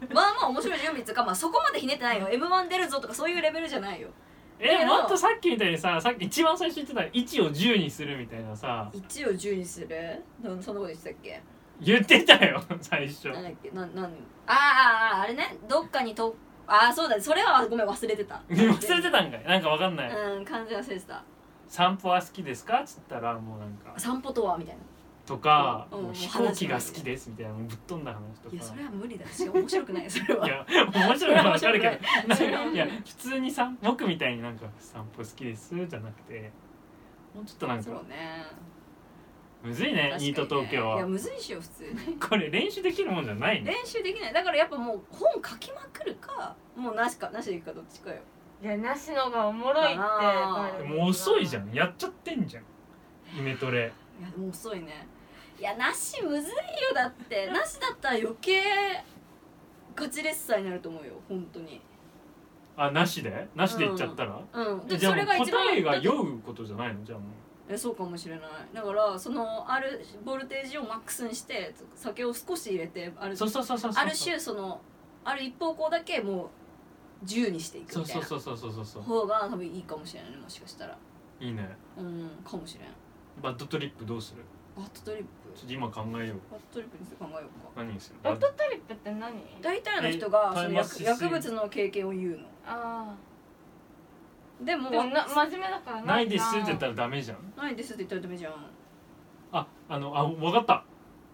Speaker 1: まあ面白い準備っていうか、まあ、そこまでひねってないよ m 1出るぞとかそういうレベルじゃないよだけど
Speaker 3: えもっとさっきみたいにささっき一番最初言ってた位置を10にするみたいなさ
Speaker 1: 1を10にするなそんなこと言ってたっけ
Speaker 3: 言ってたよ 最初
Speaker 1: なんだっけななんあーあーあーあれねどっかにとああそうだそれはごめん忘れてた
Speaker 3: 忘れてたんかいなんかわかんない、
Speaker 1: うん完全に忘れてた
Speaker 3: 散歩は好きですかっつったらもうなんか
Speaker 1: 散歩とはみたいな
Speaker 3: とか、
Speaker 1: うん
Speaker 3: もう
Speaker 1: うん
Speaker 3: 飛行機が好きですみたいなもうぶっ飛んだ話とか
Speaker 1: いやそれは無理だし面白く ないそれはい
Speaker 3: や面白いのはわかるけど
Speaker 1: それは面白くない
Speaker 3: いや普通にさ僕みたいになんか散歩好きですじゃなくてもうちょっとなん
Speaker 1: そ
Speaker 3: か
Speaker 1: うね
Speaker 3: むずい
Speaker 1: 確
Speaker 3: ね
Speaker 1: かにね
Speaker 3: ニート東京
Speaker 1: いや
Speaker 3: は
Speaker 1: むずいしよ普通に
Speaker 3: これ練習できるもんじゃないね
Speaker 1: 練習できないだからやっぱもう本書きまくるかもうなしかなしでいくかどっちかよ
Speaker 5: いやなしのがおもろいって
Speaker 1: あー
Speaker 3: もう遅いじゃ
Speaker 5: ん
Speaker 3: んやっちゃってんじゃんイメトレ
Speaker 1: いやもう遅いねいやなしむずいよだってなしだったら余計ガチレッサーになると思うよ本当に
Speaker 3: あなしでなしで言っちゃったら、
Speaker 1: うんで
Speaker 3: じゃ
Speaker 1: そ
Speaker 3: あも
Speaker 1: れ
Speaker 3: う
Speaker 1: が一番
Speaker 3: 答えが
Speaker 1: だって
Speaker 3: 酔うことじゃないのじゃあも
Speaker 1: えそうかもしれないだからそのあるボルテージをマックスにして酒を少し入れてある
Speaker 3: うそうそうそうそうそう
Speaker 1: ある種そのある一方向だけもう10にしていく
Speaker 3: そ
Speaker 1: み
Speaker 3: う
Speaker 1: たい
Speaker 3: そう
Speaker 1: な
Speaker 3: そうそうそうそうそう
Speaker 1: 方が多分いいかもしれないねもしかしたら
Speaker 3: いいね
Speaker 1: うんかもしれん
Speaker 3: バッドトリップどうする
Speaker 1: バットトリップ
Speaker 3: ちょっと今考えよう
Speaker 1: バットトリップについて考えようか
Speaker 3: 何にする
Speaker 5: バットトリップって何
Speaker 1: 大体の人がそ
Speaker 3: え
Speaker 1: の
Speaker 3: タイマー
Speaker 1: 薬
Speaker 3: シ
Speaker 1: 薬物の経験を言うの
Speaker 5: あ
Speaker 1: でも
Speaker 5: あでもな真面目だから
Speaker 3: ないですって言った
Speaker 5: ら
Speaker 3: らダメじゃん
Speaker 1: ないですって言ったらダメじゃん
Speaker 3: ああのあ分かった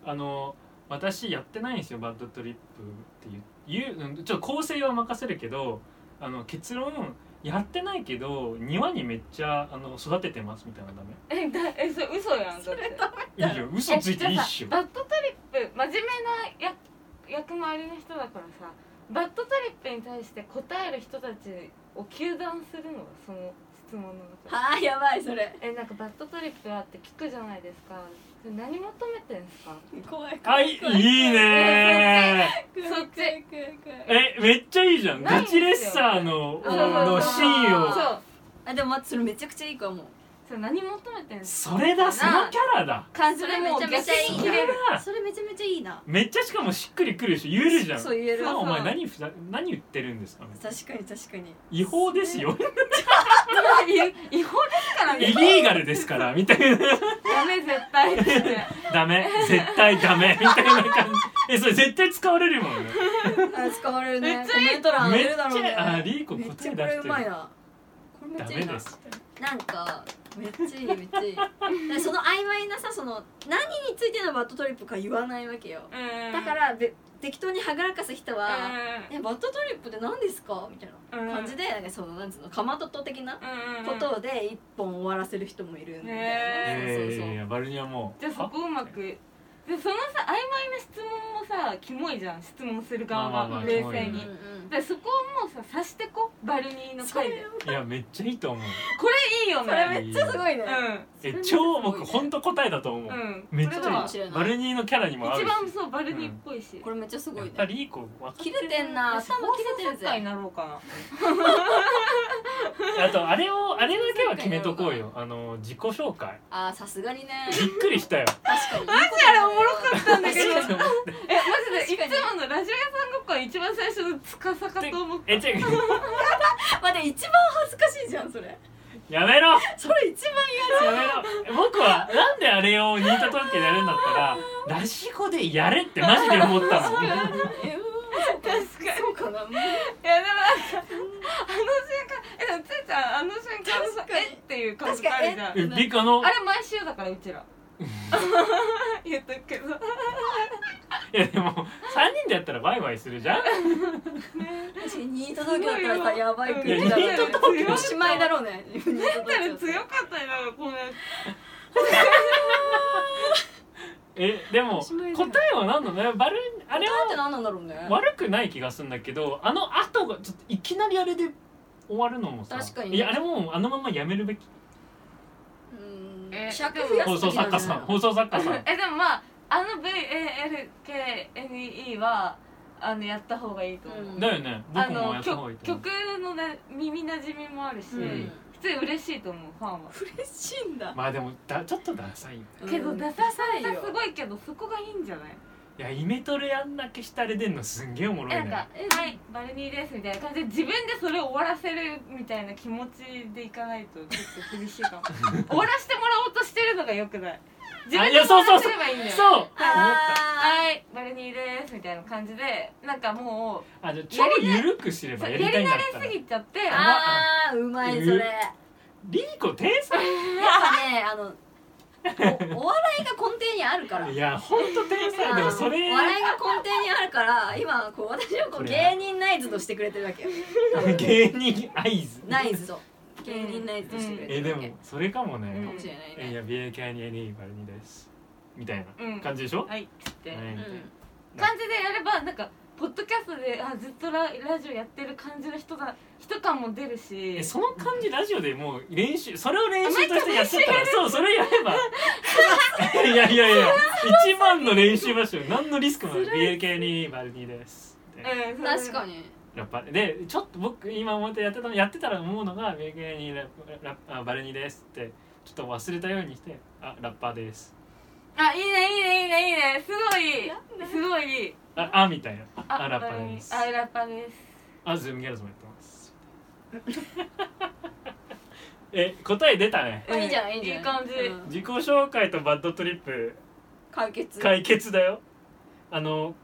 Speaker 3: あの私やってないんですよバッドトリップっていう言ううんちょっと構成は任せるけどあの結論やってないけど庭にめっちゃあの育ててますみたいなのダメ
Speaker 5: えだえそれ嘘やんだって
Speaker 3: いいよ嘘ついていいっしょ
Speaker 5: えじゃあさバットトリップ真面目な役役回りの人だからさバットトリップに対して答える人たちを糾弾するのがその質問の中で
Speaker 1: はあやばいそれ
Speaker 5: えなんかバットトリップはって聞くじゃないですかそれ何求めてんすか
Speaker 1: 怖い
Speaker 3: は
Speaker 1: 怖
Speaker 3: いい
Speaker 1: い怖い
Speaker 3: いね
Speaker 1: 怖い
Speaker 5: そっち
Speaker 1: 怖い怖い怖い
Speaker 3: えめっちゃいいじゃん
Speaker 5: ない
Speaker 3: ガ
Speaker 5: んです
Speaker 3: チ
Speaker 5: よ
Speaker 3: レッサーの
Speaker 5: そうそうそう
Speaker 3: のシーンを
Speaker 5: そう
Speaker 1: あでも待ってそれめちゃくちゃいいかも
Speaker 5: それ何求めてんすか
Speaker 3: それだそのキャラだ
Speaker 5: 感
Speaker 1: そ
Speaker 5: じ
Speaker 1: れ
Speaker 5: で
Speaker 1: め
Speaker 5: もう
Speaker 1: ちゃめちゃいいな
Speaker 5: 逆に切れる
Speaker 1: それめちゃめちゃいいな
Speaker 3: めっちゃしかもしっくりくるし言えるじゃん
Speaker 1: そう言える
Speaker 3: あお前
Speaker 5: そう
Speaker 3: 何ふざ何言ってるんですか
Speaker 1: 確かに確かに
Speaker 3: 違法です よ
Speaker 5: 違法ですから
Speaker 3: イ
Speaker 5: ね
Speaker 3: リーガルですからみたいな
Speaker 5: ダメ絶対って
Speaker 3: ダメ絶対ダメみたいな感じえそれ絶対使われるもんね
Speaker 1: あ使われるね
Speaker 5: めっち
Speaker 1: コ
Speaker 5: ゃいい
Speaker 1: メント欄
Speaker 3: め
Speaker 1: 出
Speaker 3: っ
Speaker 1: るだろう
Speaker 3: ち
Speaker 1: ね
Speaker 3: ゃあリーコ
Speaker 1: めっ
Speaker 3: 答
Speaker 1: ち
Speaker 3: え
Speaker 1: ゃこ
Speaker 3: 出
Speaker 1: れ
Speaker 3: し
Speaker 1: う
Speaker 3: て
Speaker 1: まい
Speaker 3: る
Speaker 1: なこれめ
Speaker 3: ダ
Speaker 1: っちゃい
Speaker 3: メ
Speaker 1: いな
Speaker 3: です
Speaker 1: なんかめっちゃいいめっちゃいいだからその曖昧なさその何についてのバットトリップか言わないわけよ
Speaker 5: うん
Speaker 1: だからべ適当にはぐらかす人は「
Speaker 5: う
Speaker 1: えバットトリップって何ですか?」みたいな感じでなんかそのなんつうのかまとと的なん
Speaker 5: うん
Speaker 1: ことで一本終わらせる人もいるんだよね
Speaker 5: へ
Speaker 1: そうそ
Speaker 3: え
Speaker 1: うそう
Speaker 3: いやバルニアも
Speaker 5: じゃあそこうまくでそのさ曖昧な質問もさキモいじゃん質問する
Speaker 3: ま
Speaker 5: 側
Speaker 3: あまあ
Speaker 5: は
Speaker 3: まあ
Speaker 5: 冷
Speaker 3: キモい
Speaker 5: 静
Speaker 3: ね
Speaker 5: に
Speaker 1: うん
Speaker 5: でそこをもうさ察してこバルニー
Speaker 1: うん
Speaker 5: の
Speaker 1: そ
Speaker 5: 回
Speaker 1: れ
Speaker 5: で
Speaker 3: いやめっちゃいいと思う
Speaker 5: これいいよ
Speaker 1: それ
Speaker 5: ね
Speaker 1: めっちゃすごいね、
Speaker 5: う
Speaker 3: え超僕本当答えだと思うん
Speaker 5: うん
Speaker 3: めっ
Speaker 5: こ
Speaker 3: ち
Speaker 5: れ
Speaker 3: ゃ
Speaker 5: は
Speaker 3: いいバルニーのキャラにも合うし
Speaker 5: 一番そうバルニーっぽいし
Speaker 1: これめっちゃすご
Speaker 3: や
Speaker 1: い
Speaker 3: っ
Speaker 1: ね
Speaker 3: ぱリーコ分か
Speaker 1: 切れてんな頭切れてる
Speaker 5: 作家
Speaker 1: ぜ
Speaker 5: になろうか
Speaker 3: あとあれをあれだけは決めとこうよあの自己紹介
Speaker 1: あーさすがにね
Speaker 3: びっく りしたよ
Speaker 1: 確かにマジ
Speaker 5: あれおもろかったんだけどなえマジでい
Speaker 1: 確かに
Speaker 5: つものラジオ屋さんごっこは一番最初のつかさかと思っ
Speaker 3: え
Speaker 5: た
Speaker 3: 違う
Speaker 1: まで一番恥ずかしいじゃんそれ
Speaker 3: やめろ
Speaker 1: それ一番
Speaker 3: やめろ僕はなんであれを新潟東京でやるんだったらラジコでやれってマジで思ったの
Speaker 1: 嫌え
Speaker 5: 確かに
Speaker 1: そうかない
Speaker 5: やでもなんかあの瞬間えでもつーちゃんあの瞬間のさ
Speaker 1: 確かに
Speaker 5: えっていう感覚あるじゃんあ
Speaker 1: 確かに
Speaker 5: れ
Speaker 1: え
Speaker 3: ビカの
Speaker 5: 毎週だからうちら 言っとくけど
Speaker 3: いやでも3人でやったらバイバイするじゃん
Speaker 1: 確かにニート東京だったらさやばい国だ
Speaker 3: いやニー
Speaker 1: ろ
Speaker 3: ト
Speaker 1: うねおしまいだろうねメン
Speaker 5: メンタル強かったよなんかこの
Speaker 3: えでも
Speaker 1: しまいだ
Speaker 3: 答えは何なのバルあれ
Speaker 1: って
Speaker 3: は
Speaker 1: 何なんだろうね
Speaker 3: 悪くない気がするんだけどあの後がちょっといきなりあれで終わるのもさ
Speaker 1: 確かに
Speaker 3: いやあれもうあのままやめるべき
Speaker 1: うん
Speaker 5: え
Speaker 1: 尺増や
Speaker 3: 放
Speaker 1: す
Speaker 3: 送
Speaker 1: 時
Speaker 3: 作
Speaker 1: だ
Speaker 3: 家
Speaker 1: ね
Speaker 3: さん放送作家さ ん
Speaker 5: えでもまああの VALKNE はあのやった方がいいと思う、
Speaker 1: うん
Speaker 3: だよね
Speaker 5: あ
Speaker 3: 僕もや
Speaker 5: の
Speaker 3: った方がいい
Speaker 5: 曲
Speaker 3: と思う
Speaker 5: 曲のね耳なじみもあるし、
Speaker 1: うん
Speaker 3: うん
Speaker 5: 普通に嬉しいと思うファンは
Speaker 1: 嬉しいんだ
Speaker 3: まあでもだちょっとダサいよね
Speaker 5: けどダサさ
Speaker 1: うんダサいよ
Speaker 5: がすごいけどそこがいいんじゃない
Speaker 3: いやイメトレやんだけしたれでんのすんげえおもろいね
Speaker 5: えなんか「はいバルニーです」みたいな感じで自分でそれを終わらせるみたいな気持ちでいかないとちょっと厳しい かも終わらせてもらおうとしてるのがよくない自分
Speaker 3: い
Speaker 5: で
Speaker 3: や
Speaker 5: 終わ
Speaker 3: そうそう
Speaker 5: ら
Speaker 3: そ
Speaker 5: せ
Speaker 3: う
Speaker 5: ればいいんだよ
Speaker 3: そう思った
Speaker 1: あ
Speaker 5: はいバルニーですみたいな感じでなんかも
Speaker 3: あじゃあ超ゆるくすれ
Speaker 5: う
Speaker 3: ば
Speaker 5: そう
Speaker 3: やり
Speaker 5: やり
Speaker 3: たいんだっ
Speaker 5: 慣
Speaker 3: た
Speaker 5: れ
Speaker 3: ら
Speaker 5: すぎちゃって
Speaker 1: ー
Speaker 5: あ
Speaker 1: あーうまいそれ
Speaker 3: うんリーコ天才
Speaker 1: やっぱねあのおお笑いが根底にあるから
Speaker 3: いやほんと天才でもそれ
Speaker 1: あの笑いが根底にあるから今こう私をこう
Speaker 3: これ
Speaker 1: 芸人ナイズとしてくれてるわけよ
Speaker 3: 芸人合図
Speaker 1: ナイズと芸人ナイズとしてくれて
Speaker 3: え
Speaker 1: る
Speaker 3: で
Speaker 1: わけ、
Speaker 3: もそれかもね、
Speaker 5: うん
Speaker 1: かもしれない
Speaker 3: えい
Speaker 1: ね、
Speaker 3: や BAK に NE バルニーですみたい
Speaker 5: うん
Speaker 3: な感じでしょ、
Speaker 5: はいっつって、
Speaker 3: はいみたい
Speaker 1: うん、
Speaker 5: 感じでやればなんかポッドキャストであずっとララジオやってる感じの人だ人感も出るし
Speaker 3: えその感じラジオでもう練習それを練習としてやってたらそうそれやればいやいやいや一番の練習場所何のリスクもない BAK にバルニーですみたいな
Speaker 5: うん、
Speaker 1: 確
Speaker 5: に
Speaker 1: かに
Speaker 3: やっぱでちょっと僕今思ってやってたのやってたら思うのが「ベーケにララあバルニーです」ってちょっと忘れたようにして「あラッパーです
Speaker 5: あいいねいいねいいねいいねすごいすごいいい」
Speaker 3: あ「あ」みたいな「あラッパーです」
Speaker 5: あラッパーです
Speaker 3: 「あズームギャルズもやってます」え答え出たね
Speaker 1: あいいじゃんいいじゃん
Speaker 5: いい感じ
Speaker 1: うん
Speaker 3: 自己紹介とバッドトリップ
Speaker 1: 解決
Speaker 3: 解決だよあの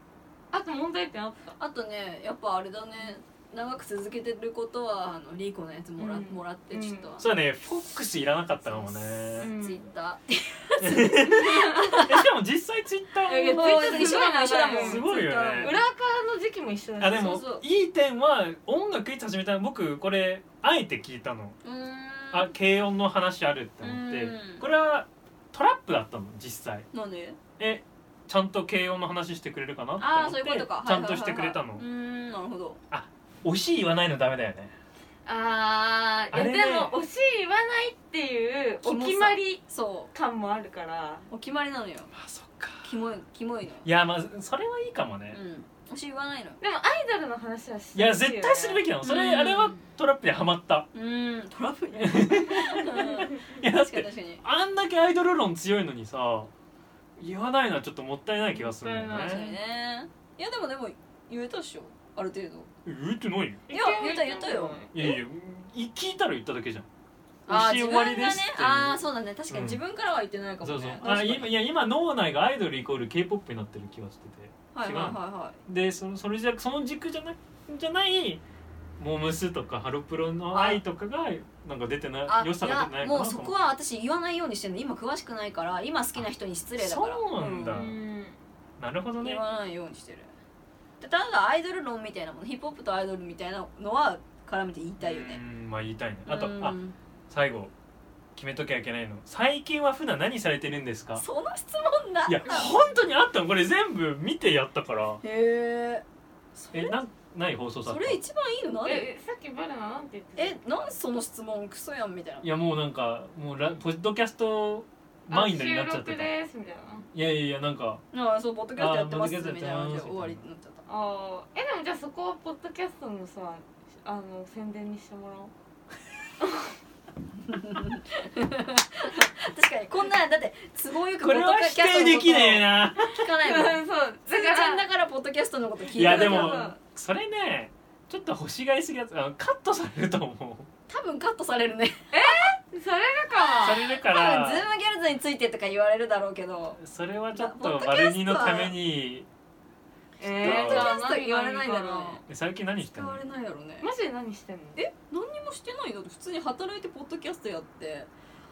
Speaker 5: あと問題点あった
Speaker 1: あとねやっぱあれだね長く続けてることはあのリーコのやつもら,、
Speaker 5: うん
Speaker 1: もらって
Speaker 5: うん
Speaker 1: ちょっと、
Speaker 3: そうだねフォックスいらなかったかもね
Speaker 5: うん
Speaker 1: ツイッタ
Speaker 3: えしかも実際ツイッタ
Speaker 5: い
Speaker 1: ー、
Speaker 5: や
Speaker 3: ー
Speaker 5: いや
Speaker 3: も
Speaker 1: もう一緒だもん一緒だもん
Speaker 3: すごいよね
Speaker 1: Twitter も
Speaker 5: 裏側の時期も一緒だし
Speaker 3: あでも
Speaker 1: そうそう
Speaker 3: いい点は音楽いつ始めたの僕これあえて聞いたの
Speaker 1: うーん
Speaker 3: あ軽音の話あるって思って
Speaker 1: うん
Speaker 3: これはトラップだったの実際
Speaker 1: なんで
Speaker 3: えちゃんと軽音の話してくれるかなって
Speaker 1: ああ
Speaker 3: 思っ
Speaker 1: そ
Speaker 3: て
Speaker 1: ういうことか
Speaker 3: ちゃんとしてくれたの、
Speaker 1: はいはいはいはいうーんなるほど
Speaker 3: 惜しい言わないのダメだよね
Speaker 5: あーいや
Speaker 3: あれね
Speaker 5: でも惜しい言わないっていうお決まり
Speaker 1: そ
Speaker 5: 感もあるから
Speaker 1: うお決まりなのよ
Speaker 3: あそっか
Speaker 1: キモいキモいのよ
Speaker 3: いやまあそれはいいかもね、
Speaker 1: うんし言わないの
Speaker 5: でもアイドルの話はし
Speaker 3: いや絶対するべきなのそれ、
Speaker 1: うん
Speaker 3: あれはトラップにはまった
Speaker 1: うんトラブルうん
Speaker 3: いやだっ
Speaker 1: 確かに
Speaker 3: て
Speaker 1: 確かに
Speaker 3: あんだけアイドル論強いのにさ言わないのはちょっともったいない気がするんだ
Speaker 5: もったい
Speaker 1: 確
Speaker 3: よ
Speaker 1: か
Speaker 5: な
Speaker 1: に
Speaker 3: ね
Speaker 1: ねいやでもでも言えたっしょある程度
Speaker 3: え言ってないよ
Speaker 1: いや言った言ったよ
Speaker 3: いやいやい聞いたら言っただけじゃん
Speaker 1: あー
Speaker 3: 惜しい終わりですって
Speaker 1: 自
Speaker 3: い
Speaker 1: 分がね
Speaker 3: う
Speaker 1: ああそうだね確か
Speaker 3: う
Speaker 1: に
Speaker 3: ん
Speaker 1: 自分からは言ってないかも
Speaker 3: そ
Speaker 1: ね
Speaker 3: うそう
Speaker 1: 確か
Speaker 3: あ
Speaker 1: に
Speaker 3: 今いや今脳内がアイドルイコール k p o p になってる気がしてて
Speaker 1: はいはい
Speaker 3: 違う
Speaker 1: は
Speaker 3: でそのそれじゃその軸じゃないじゃないモムスとかハロプロの愛とかがなんか出て
Speaker 1: いは
Speaker 3: ないい良さが出
Speaker 1: あ
Speaker 3: て
Speaker 1: い
Speaker 3: な
Speaker 1: や
Speaker 3: いか
Speaker 1: もう
Speaker 3: なと
Speaker 1: そ
Speaker 3: 思
Speaker 1: こは私言わないようにしてるの今詳しくないから今好きな人に失礼だから
Speaker 3: そうなんだ、
Speaker 1: う
Speaker 3: なるほどね
Speaker 1: 言わないようにしてるでただアイドル論みたいなものヒップホップとアイドルみたいなのは絡めて言いたいよ
Speaker 3: う
Speaker 1: ね
Speaker 3: んまあ言いたいねあと
Speaker 1: うん
Speaker 3: あ最後決めときゃいけないの最近は普段何されてるんですか
Speaker 1: その質問だ
Speaker 3: いや本当にあったのこれ全部見てやったから
Speaker 1: へえ
Speaker 3: えなんない放送さ
Speaker 1: それ一番いいの何
Speaker 5: えさっきバナナなんて言って
Speaker 1: えなんその質問クソやんみたいない
Speaker 3: やもうなんかもうラポッドキャストマインドになっちゃって
Speaker 5: 収録
Speaker 3: たい
Speaker 5: ですみたいな
Speaker 3: やいやいやなんか
Speaker 1: ああそうポッドキャストやってます
Speaker 3: あ
Speaker 1: み
Speaker 3: ー
Speaker 1: た
Speaker 3: ポッ
Speaker 1: い
Speaker 3: ドキャストや
Speaker 1: な
Speaker 3: っ
Speaker 1: 感
Speaker 3: て
Speaker 1: じで
Speaker 3: ま
Speaker 1: す終わりになっちゃっ
Speaker 5: あーえでもじゃあそこをポッドキャストのさあの宣伝にしてもらおう
Speaker 1: た確かにこんなだって都合よく
Speaker 3: これは否定できねえな
Speaker 1: 聞かないもん
Speaker 5: うん そう
Speaker 1: つー
Speaker 5: だ
Speaker 1: ち
Speaker 5: か
Speaker 1: ゃん
Speaker 5: ら
Speaker 1: だからポッドキャストのこと聞いて
Speaker 3: いや
Speaker 1: る
Speaker 3: で
Speaker 5: だ
Speaker 3: も
Speaker 5: から
Speaker 3: それねちょっと欲しがりすぎやつあのカットされると思う
Speaker 1: 多分カットされるね
Speaker 5: それだか
Speaker 3: されるか
Speaker 1: 多分ズ
Speaker 3: ら
Speaker 1: ームギャルズについてとか言われるだろうけど
Speaker 3: それはちょっ
Speaker 1: まあポッド
Speaker 3: と
Speaker 1: キャ
Speaker 3: 丸
Speaker 1: ス
Speaker 3: 二
Speaker 1: トは
Speaker 3: のために
Speaker 5: え
Speaker 3: ポッドキャ
Speaker 1: ストは言われないだろうね
Speaker 3: え最近何して
Speaker 1: 使
Speaker 3: んの
Speaker 1: われないだろうね
Speaker 5: マジで何してんの
Speaker 1: え何にもしてないよ普通に働いてポッドキャストやって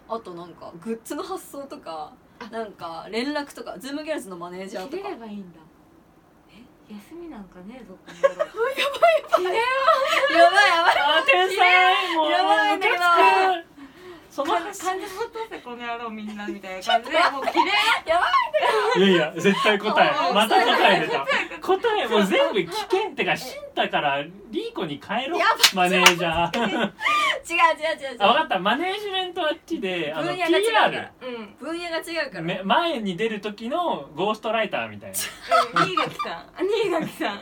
Speaker 1: あとなんかグッズの発送とかなんか連絡とかズームギャルズのマネージャーと
Speaker 5: 切
Speaker 1: か
Speaker 5: れればいいんだえ休みなんかねえぞこの野
Speaker 1: やば
Speaker 5: 郎
Speaker 1: いやばい
Speaker 3: あー天才もう
Speaker 1: やばいんだけど
Speaker 3: ムカつくその
Speaker 5: 患患者ほっとせこの野郎みんなみたいな感じでもう綺麗
Speaker 3: いやいや絶対答
Speaker 1: あ
Speaker 3: えまた答え出た答えもう全部危険ってかシンタからリーコに変えろ
Speaker 1: や
Speaker 3: マネージャー
Speaker 1: 違う違う違う違う
Speaker 3: あ分かったマネージメントはあっちであの
Speaker 1: 分野が違うから
Speaker 3: PR
Speaker 5: うん
Speaker 1: 分野が違うから
Speaker 3: め前に出る時のゴーストライターみた いな
Speaker 5: 新垣さん新垣さん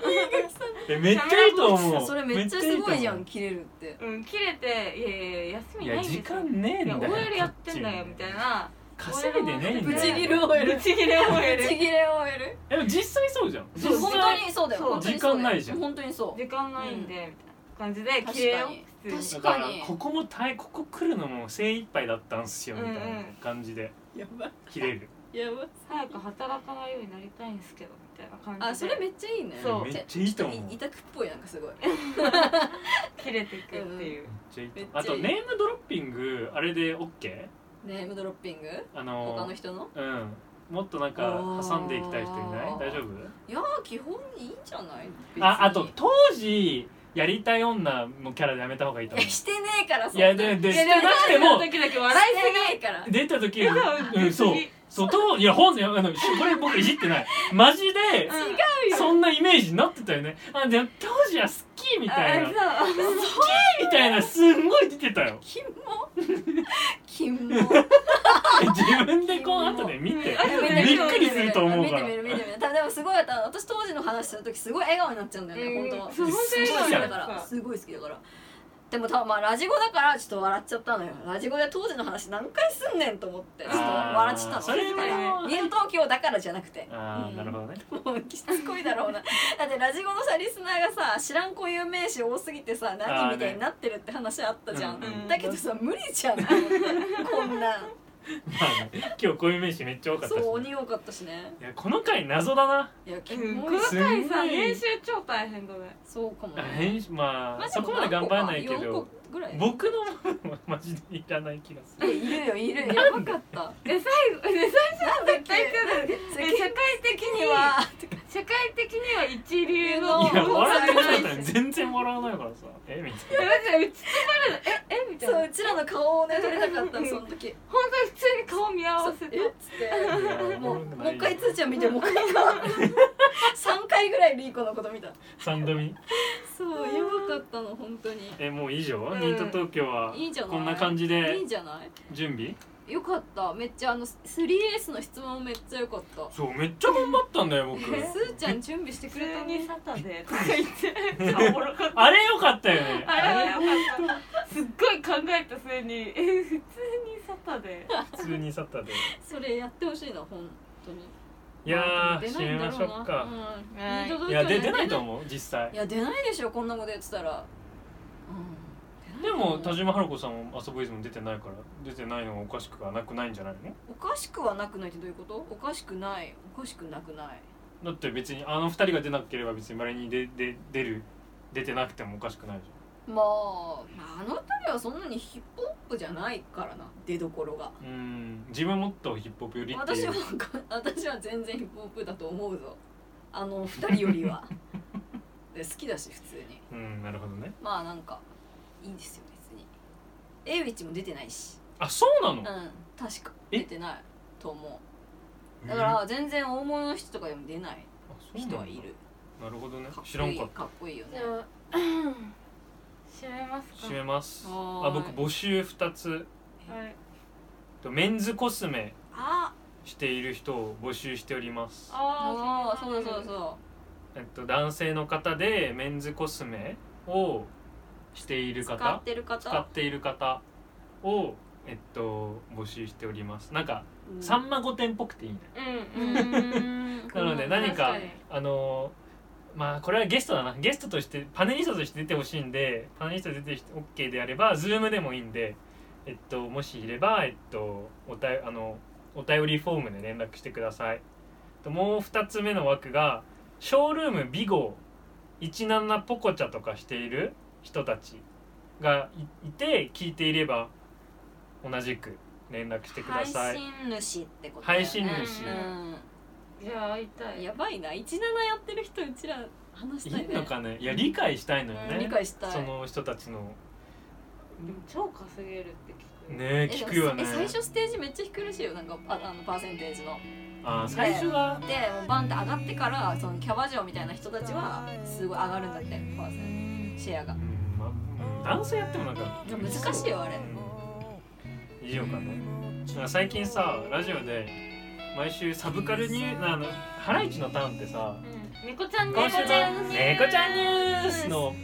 Speaker 3: えめっちゃいいと思う
Speaker 1: それめっちゃすごいじゃ
Speaker 3: め
Speaker 1: ん
Speaker 3: っち
Speaker 1: 切れるって
Speaker 5: うん切れていやいやいや休み
Speaker 3: ゃいいと思うい
Speaker 5: ない
Speaker 3: や
Speaker 5: んです
Speaker 3: 時間ねえんだよ
Speaker 5: よいや OL やってんだよみたいな
Speaker 3: 稼いでねえん
Speaker 1: ブ
Speaker 3: だ
Speaker 1: チ
Speaker 3: よ
Speaker 1: ギル OL
Speaker 5: ブチギ レ OL
Speaker 1: ブチギレ OL
Speaker 3: でも実際そうじゃん
Speaker 5: そう
Speaker 1: 本当にそうだよ
Speaker 5: そう
Speaker 1: 本当にそうだよ
Speaker 3: 時間ないじゃん
Speaker 1: 本当にそう
Speaker 5: 時間ないんで、みたいな感じで
Speaker 1: かに
Speaker 5: 綺麗よ普通
Speaker 1: 確
Speaker 3: だ
Speaker 1: か
Speaker 3: か
Speaker 1: に
Speaker 3: らここも大ここ来るのも精一杯だったんすよみたいな感じで
Speaker 1: やば
Speaker 3: 切れる
Speaker 1: いやばい
Speaker 5: 早く働かないようになりたいんですけどみたいな感じで
Speaker 1: あそれめっちゃいいね
Speaker 5: そう
Speaker 3: めっちゃいいと思う
Speaker 1: 委託っぽいなんかすごい
Speaker 5: 切れていくっていう、
Speaker 3: めっちゃいいと思う
Speaker 1: めっ
Speaker 3: あ
Speaker 1: ちゃい
Speaker 3: と
Speaker 1: い
Speaker 3: ネームドロッピングあれで OK?
Speaker 1: ネームドロッピング他
Speaker 3: あの
Speaker 1: の人の
Speaker 3: うんもっとなんか挟んでいきたい人いない
Speaker 1: あー
Speaker 3: 大丈夫
Speaker 1: いやー基本いいんじゃない
Speaker 3: ああ
Speaker 1: 別
Speaker 3: と
Speaker 1: に
Speaker 3: 当時やりたい女のキャラでやめた方がいいと
Speaker 1: いや
Speaker 3: 思
Speaker 1: してねえから
Speaker 3: う
Speaker 1: そ
Speaker 3: い
Speaker 1: んな
Speaker 3: やでで
Speaker 5: い
Speaker 3: し
Speaker 5: や
Speaker 3: てなくても
Speaker 5: でもラジオの時だけ
Speaker 1: 笑
Speaker 5: 笑
Speaker 1: いすぎないから
Speaker 3: 出た時
Speaker 5: いすぎ
Speaker 3: うんそうそう当いや本人あのこれ僕いじってないマジで
Speaker 5: うん
Speaker 3: そんなイメージになってたよねあでも当時は好きみたいな
Speaker 5: あそう
Speaker 3: みたいなすんごい出てたよ
Speaker 1: キモキモ
Speaker 3: え 自分でこう後で見て びっくりすると思うから
Speaker 1: 見てみる見てみる多分でもすごい私当時の話する時すごい笑顔になっちゃうんだよね、
Speaker 5: うん
Speaker 1: 本当
Speaker 5: そう
Speaker 3: 本当に
Speaker 1: す
Speaker 3: 笑
Speaker 1: ごい好き
Speaker 3: 顔にな
Speaker 1: だ
Speaker 3: る
Speaker 1: からすごい好きだからでも多分まあラジゴだからちょっと笑っちゃったのよラジゴで当時の話何回すんねんと思ってちょっと笑っちゃったの
Speaker 3: あーそれは
Speaker 1: ニュー東京だからじゃなくて
Speaker 3: あ
Speaker 1: うん
Speaker 3: あなるほどね
Speaker 1: もう きつこいだろうなだってラジゴのさリスナーがさ知らん固有名詞多すぎてさ
Speaker 3: あー
Speaker 1: 何
Speaker 3: ね
Speaker 1: みたいになってるって話あったじゃん、
Speaker 3: うん
Speaker 5: うん
Speaker 1: だけどさ無理じゃんこんなん
Speaker 3: まあね今日こういう名詞めっちゃ多かったし
Speaker 1: そう
Speaker 3: ね
Speaker 1: 鬼多かったしね
Speaker 3: いやこの回謎だない
Speaker 1: やキ
Speaker 5: う
Speaker 1: モい
Speaker 5: ん、この
Speaker 3: す
Speaker 5: 回さ
Speaker 3: ごい
Speaker 5: 編集超大変だね
Speaker 1: そうかも、
Speaker 3: 編集ま
Speaker 1: ま
Speaker 3: あ
Speaker 1: あ
Speaker 3: そこまで頑張らないけ
Speaker 1: 4個
Speaker 3: ど
Speaker 1: ぐらい
Speaker 3: 僕のものはマジでいらない気がす
Speaker 1: いやいるよいるよやばかった
Speaker 5: で最後で最初の絶対来る
Speaker 1: 世
Speaker 5: え社会
Speaker 1: 間
Speaker 5: 的
Speaker 1: 的
Speaker 5: に
Speaker 1: に
Speaker 5: は
Speaker 1: は
Speaker 5: 社会的には一流の
Speaker 3: るいや
Speaker 1: もう
Speaker 3: 笑ってなかった
Speaker 5: え
Speaker 3: ら全然笑わないからさえみたい
Speaker 5: マジで打ちつまるのええみたいな
Speaker 1: そううちらの顔をね撮れなかったのその時
Speaker 5: 本当に普通に顔見合わせて
Speaker 1: えっつっ
Speaker 3: い
Speaker 1: て
Speaker 3: や
Speaker 1: もう
Speaker 3: 俺も
Speaker 1: も
Speaker 3: な
Speaker 1: う
Speaker 3: い
Speaker 1: 一回つーちゃん見てもう一回顔三回ぐらいリーコのこと見た
Speaker 3: 三度見
Speaker 1: そうやばかったの本当に
Speaker 3: えもう以上、
Speaker 5: ん
Speaker 3: ニート東京はい
Speaker 1: いんじゃない
Speaker 3: こんな感じ
Speaker 1: いい
Speaker 3: で
Speaker 1: んじゃない
Speaker 3: 準備
Speaker 1: よかっためっちゃあの 3S の質問めっちゃよかった
Speaker 3: そうめっちゃ頑張ったんだよ僕
Speaker 5: え
Speaker 1: すーちゃん準備してく
Speaker 5: 普
Speaker 1: れた
Speaker 5: 通
Speaker 1: ね
Speaker 5: にサタデーとか言ってさおもろかった
Speaker 3: あれよかったよね
Speaker 5: あれはよかったすっごい考えた末にえ普通にサタデー
Speaker 3: 普通に 去ったで
Speaker 1: それやってほしいな本当に
Speaker 3: いやー
Speaker 1: 出
Speaker 3: 締
Speaker 1: ない
Speaker 3: め
Speaker 1: んだ
Speaker 3: ま
Speaker 1: ろ
Speaker 3: し
Speaker 1: う
Speaker 3: ょ
Speaker 1: な
Speaker 3: うか、
Speaker 1: うん
Speaker 5: はい
Speaker 1: いいとこ
Speaker 3: いやで
Speaker 1: 今日ね
Speaker 3: 出ないと思う実際
Speaker 1: いや出ないでしょこんなことやってたら、うん、
Speaker 3: でも
Speaker 1: 確
Speaker 3: 田
Speaker 1: か
Speaker 3: 島春子さんも遊ぶイズム出てないから出てないのはおかしくはなくないんじゃないの
Speaker 1: おかしくはなくないってどういうことおかしくないおかしくなくない
Speaker 3: だって別にあの二人が出なければ別にまれに出出出る出てなくてもおかしくないじ
Speaker 1: まあまああの二人はそんなにヒップホップじゃないからな出どころが
Speaker 3: ゃんうん自分もっとヒップホップよりってい
Speaker 1: 私
Speaker 3: う
Speaker 1: は私は全然ヒップホップだと思うぞあの二人より はで好きだし普通に
Speaker 3: うんなるほどね
Speaker 1: まあなんかいいんですよ別にエイウィッチも出てないし
Speaker 3: あそうなの
Speaker 1: うん、確か
Speaker 3: え
Speaker 1: 出てないと思う
Speaker 3: え
Speaker 1: だから全然大物の人とかでも出ない
Speaker 3: あそうなんだ
Speaker 1: 人はいる
Speaker 3: なるほどね
Speaker 1: かっ
Speaker 3: 知
Speaker 1: こ
Speaker 3: ら
Speaker 1: い
Speaker 3: ん
Speaker 1: い
Speaker 3: かっ
Speaker 1: かっこいいよね
Speaker 5: あ締めます
Speaker 3: た締めます
Speaker 1: はーい
Speaker 3: あ僕募集二つ
Speaker 5: はい
Speaker 3: とメンズコスメ
Speaker 1: あ
Speaker 3: している人を募集しております
Speaker 1: あ
Speaker 5: あ
Speaker 1: ーそうだそうだ
Speaker 5: う
Speaker 1: そ
Speaker 3: えっと男性の方でメンズコスメをしている
Speaker 1: う
Speaker 3: 方
Speaker 1: 使ってる
Speaker 3: 使
Speaker 1: 方
Speaker 3: っている方をえっと募集しておりますなんか
Speaker 1: うん
Speaker 3: さんま御殿っぽくていいね
Speaker 5: うんうん
Speaker 1: うん
Speaker 3: なので何
Speaker 5: 確
Speaker 3: か
Speaker 5: かに
Speaker 3: あのまあこれはゲストだなゲストとしてパネリストとして出てほしいんでパネリスト出て OK であれば Zoom でもいいんでえっともしいればえっとおたあのお便りフォームで連絡してくださいともう2つ目の枠がショールームビゴ17ポコチャとかしている人たちがいいて聞いていれば同じく連絡してくだ
Speaker 1: 配
Speaker 3: さい
Speaker 1: 信主ってことだよね
Speaker 3: 配信
Speaker 5: 主じゃあ会いた
Speaker 1: うん
Speaker 5: い
Speaker 1: やばいな17やってる人うちら話したい
Speaker 3: い
Speaker 1: ね
Speaker 3: いのかねいや理解したいのよね、
Speaker 5: うん
Speaker 1: 理解したい
Speaker 3: その人たちの
Speaker 5: 超稼げるって聞
Speaker 3: ね
Speaker 5: く
Speaker 1: え
Speaker 3: 聞くよね
Speaker 1: でもえ最初ステージめっちゃ低いらしいよなんかパあのパーセンテージの
Speaker 3: あー最初は
Speaker 1: でもうバンって上がってからそのキャバ嬢みたいな人たちはすごい上がるんだってパーセンシェアが
Speaker 3: うんまうん男性やってもなんか
Speaker 1: 難しいよあれ
Speaker 3: うん以上かねなんか最近さラジオで毎週サブカルニューあのハライチのターンってさ
Speaker 5: うん猫ちゃん
Speaker 3: 今週の「猫ちゃんニュース」
Speaker 5: の
Speaker 3: の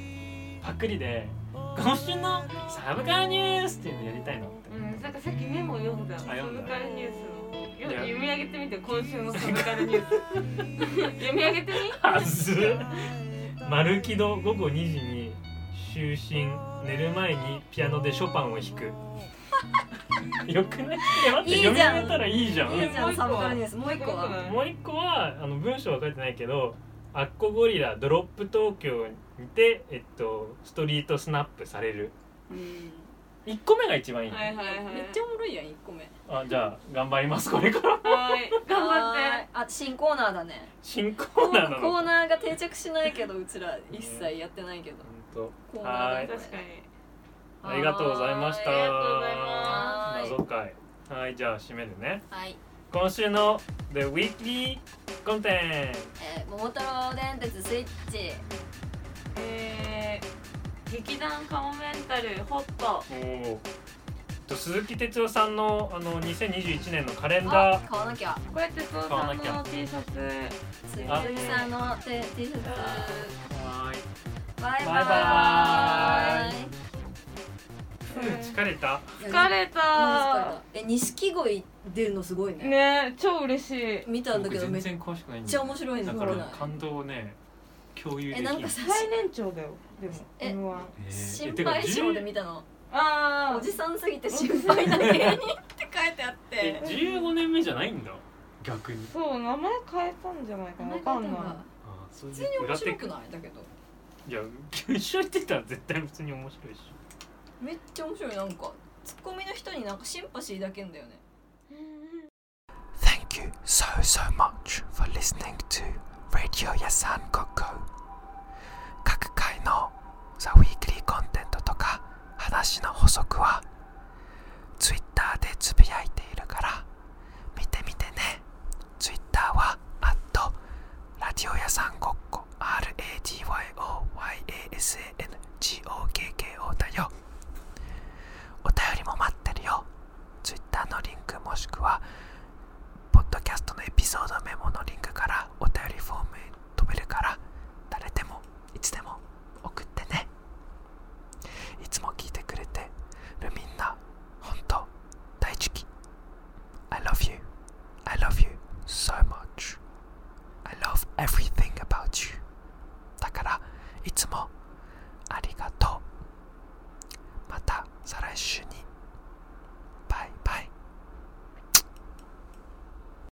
Speaker 3: パクリで今週のサブカルニュースっていうのやりたいなって
Speaker 5: うん、なんかさっきメモ読んだ。サ
Speaker 3: 読んだ
Speaker 5: ブカルニュースの。よ
Speaker 3: いや
Speaker 5: 読み上げてみて、今週のサブカルニュー ス。読み上げてみ。
Speaker 3: はず丸木戸午後2時に就寝寝る前にピアノでショパンを弾くよくないえ待っ
Speaker 1: い
Speaker 3: て
Speaker 1: いじゃん
Speaker 3: 読み上げたらいいじゃん
Speaker 1: いいじゃ
Speaker 5: もうん一個
Speaker 1: サ
Speaker 5: は
Speaker 1: ブカルニュースもう一個は
Speaker 5: すごく
Speaker 3: も
Speaker 5: ないう
Speaker 3: 一個はあの文章は書いてないけど「アッコゴリラドロップ東京にて、えっと、ストリートスナップされる
Speaker 1: うん」
Speaker 3: 1個目が一番いい、
Speaker 5: はいはいはい。
Speaker 1: めっちゃおもろいやん1個目
Speaker 3: あじゃあ頑張りますこれから
Speaker 5: はい、頑張って。
Speaker 1: あ新コーナーだね
Speaker 3: 新コ
Speaker 1: コ
Speaker 3: ー
Speaker 1: ー
Speaker 3: ナー
Speaker 1: ナ
Speaker 3: な
Speaker 1: ーコー
Speaker 3: の
Speaker 1: ナーが定着しないけどうちら一切やってないけど
Speaker 3: 本
Speaker 1: コーナーだね
Speaker 5: 確かに。
Speaker 3: 当ありがとうございました
Speaker 5: ありがとうございます
Speaker 3: 謎解はいじゃあ締めるね
Speaker 1: はい
Speaker 3: 今週の The Weekly Content
Speaker 1: えー桃太郎電鉄スイッチ
Speaker 5: えー、劇団カモメンタルホット。
Speaker 3: おーと鈴木哲夫さんのあの2021年のカレンダ
Speaker 1: あ
Speaker 3: ー
Speaker 1: 買わなきゃ
Speaker 5: これ哲夫さんの T シャツ。
Speaker 1: 鈴
Speaker 3: あ
Speaker 1: 木さんの T T シャツ
Speaker 3: はーい
Speaker 1: バイバ
Speaker 3: バイバ
Speaker 1: ーイ
Speaker 3: 疲れた
Speaker 5: 疲れた
Speaker 1: え錦鯉出るのすごいね
Speaker 5: ね超嬉しい
Speaker 1: 見たんだけど
Speaker 3: 僕
Speaker 1: め
Speaker 3: 全
Speaker 1: っち
Speaker 3: 然詳しくないんで
Speaker 1: ゃ面白いの
Speaker 3: だ
Speaker 1: 見
Speaker 3: か
Speaker 1: れ
Speaker 3: ら
Speaker 1: ない
Speaker 3: 感動をね共有で
Speaker 1: え
Speaker 3: き
Speaker 1: な
Speaker 3: なん
Speaker 1: かさ
Speaker 2: 最年長だよでも
Speaker 1: え
Speaker 2: m 1
Speaker 1: 心配性で見たの
Speaker 5: あ
Speaker 1: おじさんすぎて心配な芸人って書いてあ って
Speaker 3: 15年目じゃないんだ逆に
Speaker 2: そう名前変えたんじゃないかなわかんない
Speaker 3: あーそう
Speaker 1: 普通に
Speaker 3: いう裏
Speaker 1: 面
Speaker 3: テ
Speaker 1: 白
Speaker 3: ク
Speaker 1: くないだけど
Speaker 3: いや 一緒に出たら絶対普通に面白いし
Speaker 1: めっちゃ面白いなんかツッコミの人になんかシンパシーだけんだよね
Speaker 8: Thank you so, so much for listening to Radio Yasan Koko. 各回の The Weekly コンテンツとか話の補足は Twitter でつぶやいているから見てみてね。Twitter は Radio Yasan Koko RADYOYASANGOKKO だよ。お便りも待ってるよ。Twitter のリンクもしくはポッドキャストのエピソードメモのリンクからお便りフォームへ飛べるから誰でもいつでも送ってねいつも聞いてくれてるみんな本当大好き I love you I love you so much I love everything about you だからいつも